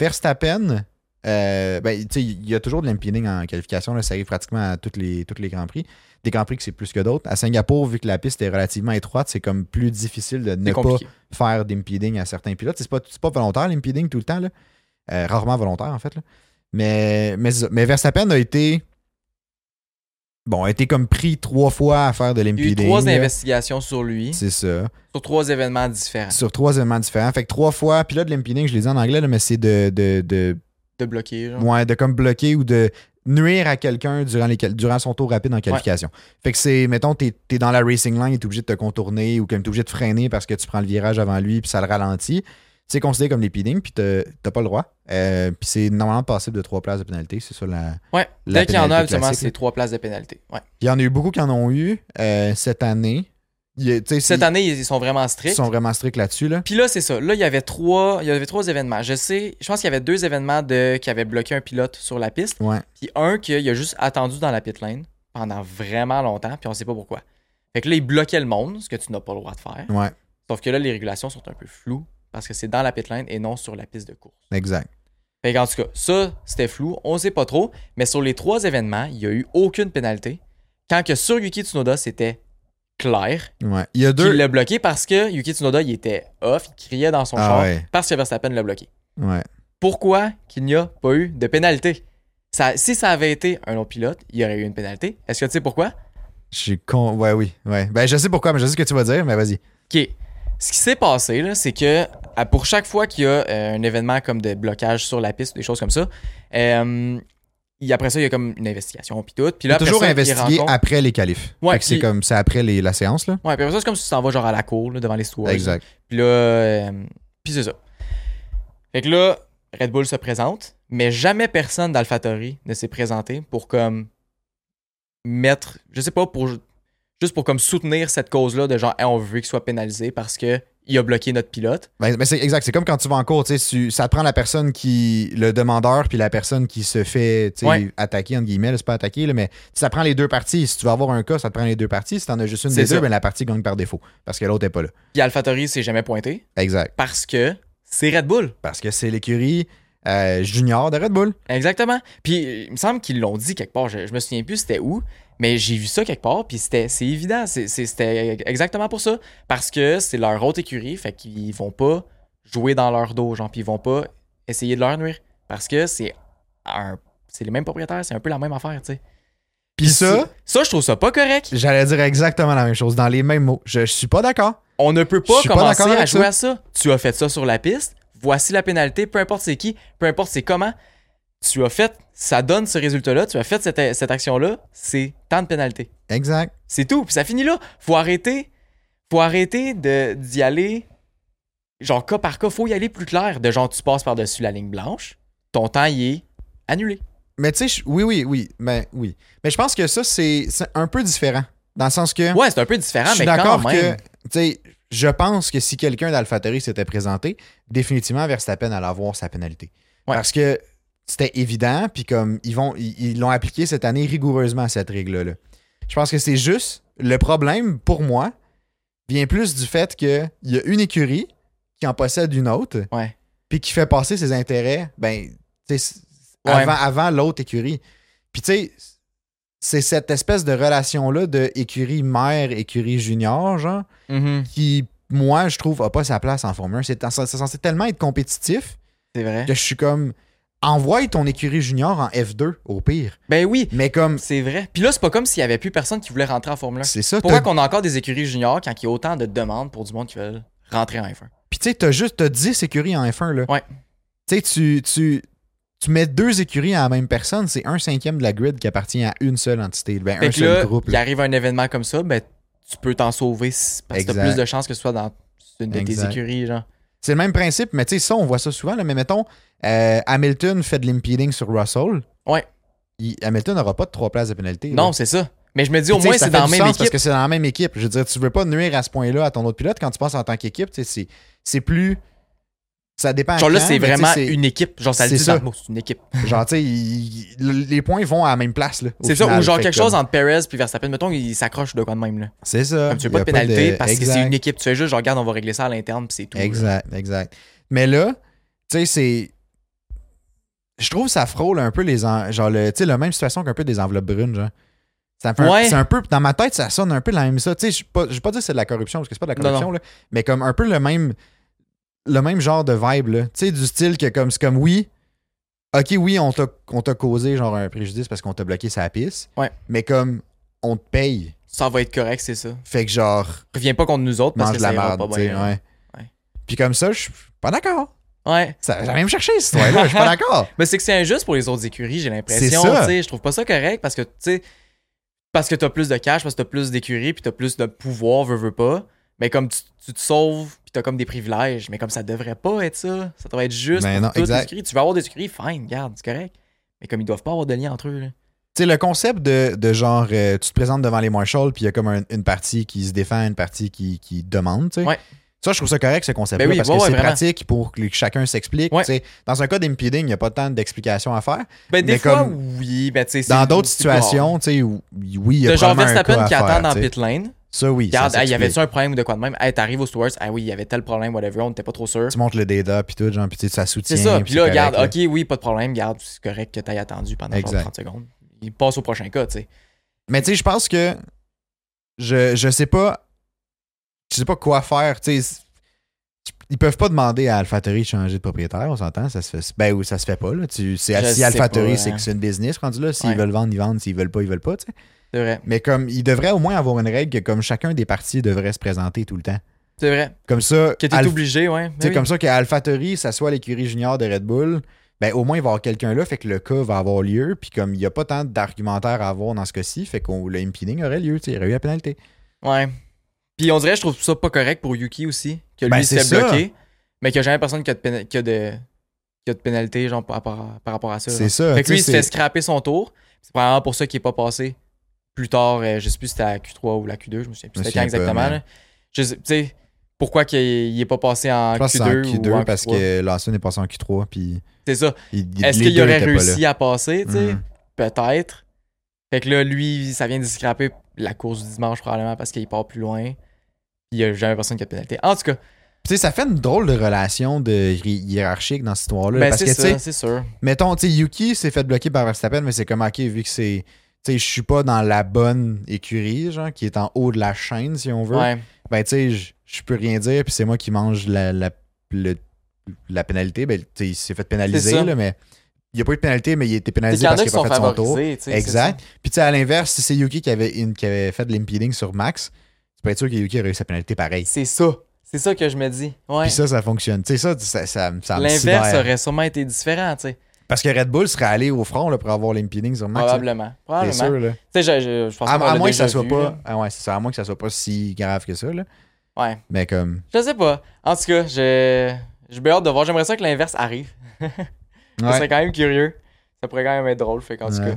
Verstappen, euh, ben, tu sais, il y a toujours de l'impining en qualification. là, ça arrive pratiquement à tous les, tous les Grands Prix des Grands Prix que c'est plus que d'autres. À Singapour, vu que la piste est relativement étroite, c'est comme plus difficile de ne
C'est
pas
compliqué.
faire d'impeding à certains pilotes. C'est pas, c'est pas volontaire l'impeding tout le temps, là. Euh, rarement volontaire en fait. là. Mais, mais, c'est ça. mais Verstappen a été. Bon, a été comme pris trois fois à faire de
Il y a eu
l'impeding.
trois
là.
investigations sur lui,
C'est ça.
sur trois événements différents.
Sur trois événements différents. Fait que trois fois, puis là, de l'impeding, je les dis en anglais, là, mais c'est de- de- de
De bloquer, genre.
Ouais, de comme bloquer ou de nuire à quelqu'un durant, les quali- durant son tour rapide en qualification. Fait que c'est, mettons, t'es es dans la racing line et t'es obligé de te contourner ou comme t'es obligé de freiner parce que tu prends le virage avant lui puis ça le ralentit. C'est considéré comme l'épiding puis t'as t'as pas le droit. Euh, puis c'est normalement passible de trois places de pénalité. C'est ça la.
Ouais.
La
Dès qu'il y en a,
pénalité
habituellement,
classique,
c'est
là.
trois places de pénalité. Ouais.
Il y en a eu beaucoup qui en ont eu euh, cette année. Il y a- tu sais,
Cette
ils-
année, ils ils sont vraiment
Ils
stricts.
sont vraiment stricts là-dessus. Là.
Puis là, c'est ça. Là, il y avait trois, il y avait trois événements. Je sais, je pense qu'il y avait deux événements de qui avaient bloqué un pilote sur la piste.
Ouais.
Puis un qu'il a juste attendu dans la pit lane pendant vraiment longtemps, puis on sait pas pourquoi. Fait que là, il bloquait le monde, ce que tu n'as pas le droit de faire.
Ouais,
Sauf que là, les régulations sont un peu floues parce que c'est dans la pit lane et non sur la piste de course.
exact.
Fait qu'en tout cas, ça, c'était flou, on sait pas trop, mais sur les trois événements, il y a eu aucune pénalité. Quand que sur Yuki Tsunoda, c'était clair
Ouais. Il y a
qu'il
deux.
l'a bloqué parce que Yuki Tsunoda, il était off, il criait dans son
Ah
char
ouais.
parce que Verstappen l'a bloqué.
Ouais.
Pourquoi qu'il n'y a pas eu de pénalité? Ça- si ça avait été un autre pilote, il y aurait eu une pénalité. Est-ce que tu sais pourquoi?
Je suis con. Ouais, oui. Ouais. Ben, je sais pourquoi, mais je sais ce que tu vas dire, mais vas-y.
OK. Ce qui s'est passé, là, c'est que à- pour chaque fois qu'il y a euh, un événement comme de blocage sur la piste, des choses comme ça, euh, il- après ça, il y a comme une investigation, puis tout. Puis là,
T'as
après
toujours
ça, il
investigué
rencontre-
après les qualifs.
Ouais,
Fait que c'est
puis-
comme c'est après les- la séance là.
Ouais, puis après ça, c'est comme si tu t'en vas genre à la cour, là, devant les stewards.
Exact.
Puis là, euh, puis c'est ça. Fait que là, Red Bull se présente, mais jamais personne d'AlphaTauri ne s'est présenté pour comme mettre, je sais pas, pour juste pour comme soutenir cette cause-là de genre, Hey, on veut qu'il soit pénalisé parce que il a bloqué notre pilote.
Ben, ben, c'est exact, c'est comme quand tu vas en cours, tu sais, tu- ça te prend la personne qui le demandeur puis la personne qui se fait tu sais,
Ouais.
attaquer entre guillemets, là, c'est pas attaquer là, mais ça prend les deux parties. Si tu veux avoir un cas, ça te prend les deux parties. Si t'en as juste une
C'est
des
ça.
deux, ben la partie gagne par défaut parce que l'autre est pas là.
Puis AlphaTauri s'est jamais pointé
Exact,
parce que c'est Red Bull.
parce que c'est l'écurie euh, junior de Red Bull.
Exactement. Puis il me semble qu'ils l'ont dit quelque part. Je, je me souviens plus c'était où, mais j'ai vu ça quelque part. Puis c'était, c'est évident. C'est- c'est- c'était exactement pour ça. Parce que c'est leur haute écurie. Fait qu'ils vont pas jouer dans leur dos, genre. Puis ils vont pas essayer de leur nuire. Parce que c'est un- c'est les mêmes propriétaires. C'est un peu la même affaire, tu sais.
Puis ça,
Ça, je trouve ça pas correct.
j'allais dire exactement la même chose dans les mêmes mots. Je, je suis pas d'accord.
On ne peut
Je
pas
suis pas
commencer
d'accord
à
avec
jouer
ça.
à ça. Tu as fait ça sur la piste. Voici la pénalité. Peu importe c'est qui, peu importe c'est comment. Tu as fait, ça donne ce résultat-là. Tu as fait cette, cette action-là. C'est tant de pénalité.
Exact.
C'est tout. Puis ça finit là. Faut arrêter. Faut arrêter de- d'y aller. Genre, cas par cas, faut y aller plus clair. De genre, tu passes par-dessus la ligne blanche. Ton temps y est annulé.
Mais tu sais, je- oui, oui, oui, mais oui. Mais je pense que ça c'est c'est un peu différent dans le sens que
Ouais, c'est un peu différent,
je suis
mais quand
d'accord que,
même.
tu sais, je pense que si quelqu'un d'AlphaTauri s'était présenté, définitivement Verstappen allait avoir sa pénalité.
Ouais.
Parce que c'était évident, puis comme ils vont, ils ils l'ont appliqué cette année rigoureusement cette règle-là. là. Je pense que c'est juste le problème pour moi vient plus du fait qu'il y a une écurie qui en possède une autre,
Ouais.
puis qui fait passer ses intérêts, ben, tu sais,
Ouais.
avant, avant l'autre écurie. Puis tu sais, c'est cette espèce de relation-là de écurie mère, écurie junior, genre,
Mhm.
qui, moi, je trouve, a pas sa place en Formule 1. C'est c'est censé tellement être compétitif
C'est vrai.
que je suis comme, envoie ton écurie junior en F2, au pire.
Ben oui,
Mais comme,
c'est vrai. Puis là, c'est pas comme s'il y avait plus personne qui voulait rentrer en Formule 1.
c'est ça.
Pourquoi
t'as-
qu'on a encore des écuries juniors quand il y a autant de demandes pour du monde qui veulent rentrer en F1?
Puis tu sais, t'as juste t'as 10 écuries en F1, là.
Ouais.
Tu sais, tu, tu, tu mets deux écuries à la même personne, c'est un cinquième de la grid qui appartient à une seule entité, ben,
Fait
un
que
seul
là,
groupe.
il
là.
arrive un événement comme ça, ben tu peux t'en sauver si- parce que t'as
Exact.
plus de chances que ce soit dans une de tes
Exact.
écuries, genre.
C'est le même principe, mais tu sais, ça, on voit ça souvent, là, mais mettons, euh, Hamilton fait de l'impeding sur Russell.
Ouais.
Il- Hamilton n'aura pas de trois places de pénalité. là.
Non, c'est ça. Mais je me dis,
Puis,
au
tu sais,
moins,
ça
c'est
fait
dans la
du
même
sens
équipe.
Parce que c'est dans la même équipe. Je veux dire, tu veux pas nuire à ce point-là à ton autre pilote quand tu penses en tant qu'équipe. tu sais, C'est c'est plus. Ça dépend. à
Genre là,
quand,
c'est
mais tu sais,
vraiment
c'est-
une équipe. Genre, ça le
c'est
dit dans
ça.
le mot, c'est une équipe.
Genre, tu sais, il- il- les points vont à la même place. là, au
C'est ça,
final.
ou genre
Fait
quelque
que,
chose entre Perez puis Verstappen, mettons, ils s'accrochent de quoi de même, là.
C'est ça.
Comme tu veux
Il y
pas de
a
pénalité
de-
parce que c'est
exact,
une équipe. Tu fais juste, genre, regarde, on va régler ça à l'interne puis c'est tout. là.
Exact, exact. Mais là, tu sais, c'est. Je trouve que ça frôle un peu les. en- Genre, le, tu sais, la même situation qu'un peu des enveloppes brunes, genre. Ça fait un-
Ouais.
C'est un peu. Dans ma tête, ça sonne un peu la même ça. Tu sais, je ne vais pas dire que c'est de la corruption parce que c'est pas de la
Non, non.
corruption, là. Mais comme un peu le même. Le même genre de vibe, là. Tu sais, du style que comme c'est comme oui. Ok, oui, on t'a on t'a causé genre un préjudice parce qu'on t'a bloqué sa piste.
Ouais.
Mais comme on te paye.
Ça va être correct, c'est ça.
Fait que genre
Reviens pas contre nous autres parce
mange
que
de
ça
la
ira
merde.
pas
tu sais,
bien. là.
ouais.
Ouais.
Puis comme ça, je suis pas d'accord.
Ouais.
Ça va jamais me chercher, cette histoire-là.
[laughs]
Je suis pas d'accord.
Mais c'est que c'est injuste pour les autres écuries, j'ai l'impression.
C'est ça.
tu sais. Je trouve pas ça correct parce que, tu sais, parce que t'as plus de cash, parce que t'as plus d'écuries, puis t'as plus de pouvoir, veux, veux pas. Mais comme tu, tu te sauves, puis t'as comme des privilèges. Mais comme ça devrait pas être ça. Ça devrait être juste
Ben
pour
non,
toutes les
exact.
écuries. Tu veux avoir des écuries, fine, garde, c'est correct. Mais comme ils doivent pas avoir de lien entre eux. là.
Tu sais, le concept de, de genre, euh, tu te présentes devant les marshals, puis il y a comme un- une partie qui se défend, une partie qui, qui demande, tu sais.
Ouais.
Ça, je trouve ça correct, ce concept-là,
Ben oui,
parce
ouais,
que
ouais,
c'est
vraiment.
pratique pour que chacun s'explique.
Ouais.
tu sais. Dans un cas d'impeding, il n'y a pas tant d'explications à faire.
Ben, des
Mais
fois,
comme-
oui. Ben, tu sais,
Dans
c'est-
d'autres
c'est plus rare.
situations, tu sais, où- oui, il y a
T'as genre
probablement un cas
Verstappen
à
qui
faire,
attend
tu
dans
sais.
pit lane.
Ça, oui. ça
Regarde, hey, y avait-tu
s'explique.
un problème ou de quoi de même? Hey, t'arrives au Stewards, ah oui, il y avait tel problème, whatever, on n'était pas trop sûr.
Tu montres le déda, puis tout, genre, puis tu sais, ça soutient.
C'est ça, puis là,
c'est correct,
regarde, ok, oui, pas de problème, regarde, c'est correct que t'aies attendu pendant genre
Exact.
30 secondes. Il passe au prochain cas, tu sais.
Mais tu sais, je pense que je, je sais pas. Je sais pas quoi faire. Tu sais, tu- ils peuvent pas demander à AlphaTauri de changer de propriétaire, on s'entend. Ça se fait. Ben ou ça se fait pas. Là. Tu, c'est,
Je
si
sais
AlphaTauri,
pas,
c'est
hein.
que c'est une business rendu là. S'ils
Ouais.
veulent vendre, ils vendent. S'ils veulent pas, ils veulent pas. tu sais.
C'est vrai,
Mais comme ils devraient au moins avoir une règle que comme chacun des partis devrait se présenter tout le temps.
c'est vrai.
Comme ça.
Que t'es
Alpha-
obligé, ouais.
tu sais,
Ben Oui.
comme ça qu'à AlphaTauri, ça soit l'écurie junior de Red Bull, ben au moins il va y avoir quelqu'un là, fait que le cas va avoir lieu, puis comme il n'y a pas tant d'argumentaires à avoir dans ce cas-ci, fait que le impeding aurait lieu, tu sais, il y aurait eu la pénalité.
Ouais. Puis on dirait, je trouve ça pas correct pour Yuki aussi, que lui
Ben, c'est
s'est
ça.
bloqué, mais qu'il y a jamais personne qui a de, pénal- qui a de, qui a de pénalité, genre, par rapport à, par rapport à ça.
C'est
genre.
ça.
Fait que
tu
lui, il
sais,
se fait
c'est-
scraper son tour. C'est probablement pour ça qu'il est pas passé plus tard. euh, je sais plus si c'était à la Q3 ou la Q2. Je me souviens
Je
plus c'était quand
me souviens pas,
exactement.
mais-
là. Je sais, tu sais, pourquoi qu'il est- il est pas passé en
je pense que c'est en
Q2
Q2
ou en
parce
Q3.
que Lawson est passé en Q3, puis
C'est ça.
il- il-
Est-ce
les
qu'il
deux
aurait
étaient pas
réussi à passer, tu sais?
Mhm.
Peut-être. Fait que là, lui, ça vient de scraper la course du dimanche probablement parce qu'il part plus loin. Il y a jamais personne qui a de pénalité. En tout cas,
Tu sais, ça fait une drôle de relation de hi- hiérarchique dans cette histoire-là.
ben,
parce
c'est
que, tu sais,
ça, c'est sûr.
mettons, tu sais, Yuki s'est fait bloquer par Verstappen, mais c'est comme, ok, vu que c'est. Tu sais, je suis pas dans la bonne écurie, genre, qui est en haut de la chaîne, si on veut.
Ouais.
ben tu sais, je- je peux rien dire, puis c'est moi qui mange la, la, le- la pénalité. Ben, tu sais, il s'est fait
C'est
pénaliser,
ça.
là, mais il n'y a pas eu de pénalité, mais il a été
Fait
pénalisé
qu'il y en
parce
a
qu'il
qui
n'a
sont
pas fait son tour.
favorisés, tu sais. c'est
Exact.
ça.
Puis tu sais, à l'inverse, si c'est Yuki qui avait, une, qui avait fait de l'impeding sur Max, tu peux être sûr que Yuki aurait eu sa pénalité pareil.
C'est ça. C'est ça que je me dis. Ouais.
Puis ça, ça fonctionne. Tu sais, ça, ça, ça, ça me
L'inverse
sidère.
aurait sûrement été différent, tu sais.
Parce que Red Bull serait allé au front là, pour avoir l'impeding sur Max. là.
Probablement.
C'est
Probablement.
sûr, là.
Tu sais, je, je, je pense
À,
qu'on
à
l'a
moins que ça
déjà
soit
vu,
pas. Ah ouais, c'est ça. À moins que ça soit pas si grave que ça, là.
là. Ouais.
Mais comme.
Je sais pas. En tout cas, je. J'ai bien hâte de voir. J'aimerais ça que l'inverse arrive. Ça
Ouais.
serait quand même curieux. Ça pourrait quand même être drôle, fait qu'en tout
Ouais.
cas.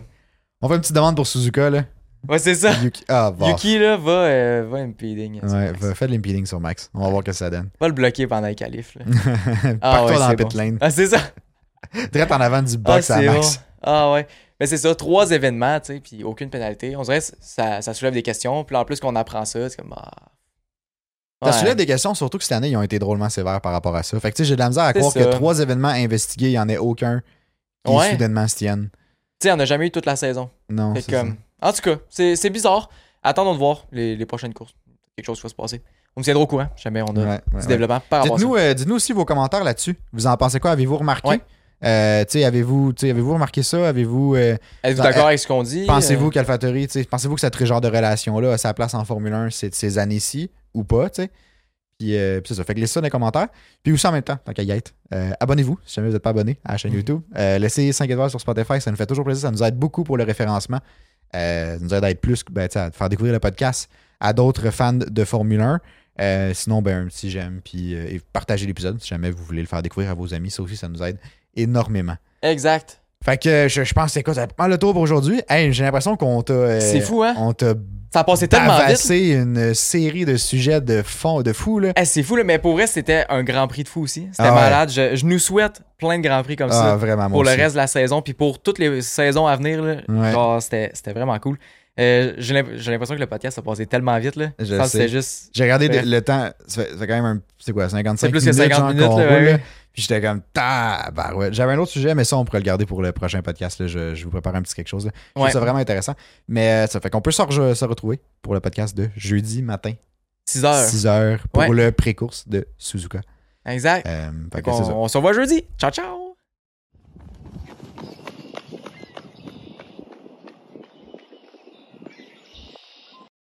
On fait une petite demande pour Suzuka, là.
Ouais, c'est ça.
[laughs] Yuki. Ah, bah.
Yuki, là, va, euh, va impeding. là, sur
Ouais,
Max.
va- fais de l'impeding sur Max. On va voir ce que ça donne. [laughs]
Va le bloquer pendant les qualifs, là.
Parque-toi
Ah ouais,
dans
c'est
la pit
bon.
lane.
Ah, c'est ça.
Direct en avant du
Ah,
box à
c'est bon.
Max.
Ah, ouais. Mais c'est ça, trois événements, tu sais, puis aucune pénalité. On dirait que ça, ça soulève des questions. Puis en plus qu'on apprend ça, c'est comme. Ah.
Ça
Ouais.
soulève des questions, surtout que cette année, ils ont été drôlement sévères par rapport à ça. Fait que tu sais, j'ai de la misère à
C'est
croire
ça.
que trois événements investigués, il n'y en ait aucun qui
Ouais.
soudainement se tiennent.
Tu sais, on n'a jamais eu toute la saison.
Non,
Fait
c'est
comme. En tout cas, c'est c'est bizarre. Attendons de voir les, les prochaines courses. Quelque chose qui va se passer. On me tiendra au courant. Jamais on a
Ouais, ouais,
du
ouais.
développement par rapport à ça.
Dites-nous euh, dites-nous aussi vos commentaires là-dessus. Vous en pensez quoi? Avez-vous remarqué?
Ouais.
Euh, tu sais, avez-vous tu sais, avez-vous remarqué ça? Avez-vous euh,
Êtes-vous
dans-
d'accord avec ce qu'on dit euh,
Pensez-vous qu'Alphatori, tu sais, pensez-vous que ce genre de relation-là a sa place en Formule 1 ces, ces années-ci ou pas, tu sais? Puis, euh, puis c'est ça. Fait que laissez ça dans les commentaires. Puis aussi en même temps, tant qu'à y être, euh, abonnez-vous si jamais vous n'êtes pas abonné à la chaîne
Mhm.
YouTube. Euh, laissez 5 étoiles sur Spotify, ça nous fait toujours plaisir. Ça nous aide beaucoup pour le référencement. Euh, ça nous aide à être plus, ben, tu sais, à faire découvrir le podcast à d'autres fans de Formule 1. Euh, sinon, ben, un petit j'aime, puis euh, et partagez l'épisode si jamais vous voulez le faire découvrir à vos amis. Ça aussi, ça nous aide énormément.
euh, Exact.
Fait que euh, je, je pense que c'est quoi, ça prend le tour pour aujourd'hui. Hey, j'ai l'impression qu'on t'a. euh,
C'est fou, hein?
On t'a
Ça a passé tellement vite.
bavassé une série de sujets de fond, de fou, là.
Eh, c'est fou, là, mais pour vrai, c'était un Grand Prix de fou aussi. C'était
Ah ouais.
malade. Je, je nous souhaite plein de Grands Prix comme ça
Ah, vraiment, moi
pour le
aussi.
reste de la saison, puis pour toutes les saisons à venir. là.
Ouais.
Genre, c'était c'était vraiment cool. Euh, J'ai l'imp- j'ai l'impression que le podcast a passé tellement vite. Là.
Je
pense que
sais.
c'était juste.
J'ai regardé de-
Bref.
le temps, ça fait, ça fait quand même un. C'est quoi, 55
C'est plus
minutes?
que 50
genre,
minutes.
qu'on
là,
roule,
ouais,
là.
ouais.
Puis j'étais comme, tabarouette. J'avais un autre sujet, mais ça, on pourrait le garder pour le prochain podcast. là. Je, je vous prépare un petit quelque chose. Là. Je trouve
Ouais.
ça vraiment intéressant. Mais euh, ça fait qu'on peut se, re- se retrouver pour le podcast de jeudi matin,
6 heures.
6h, pour
Ouais.
le pré-course de Suzuka.
Exact.
Euh, fait que
on,
c'est ça.
on se revoit jeudi. Ciao, ciao.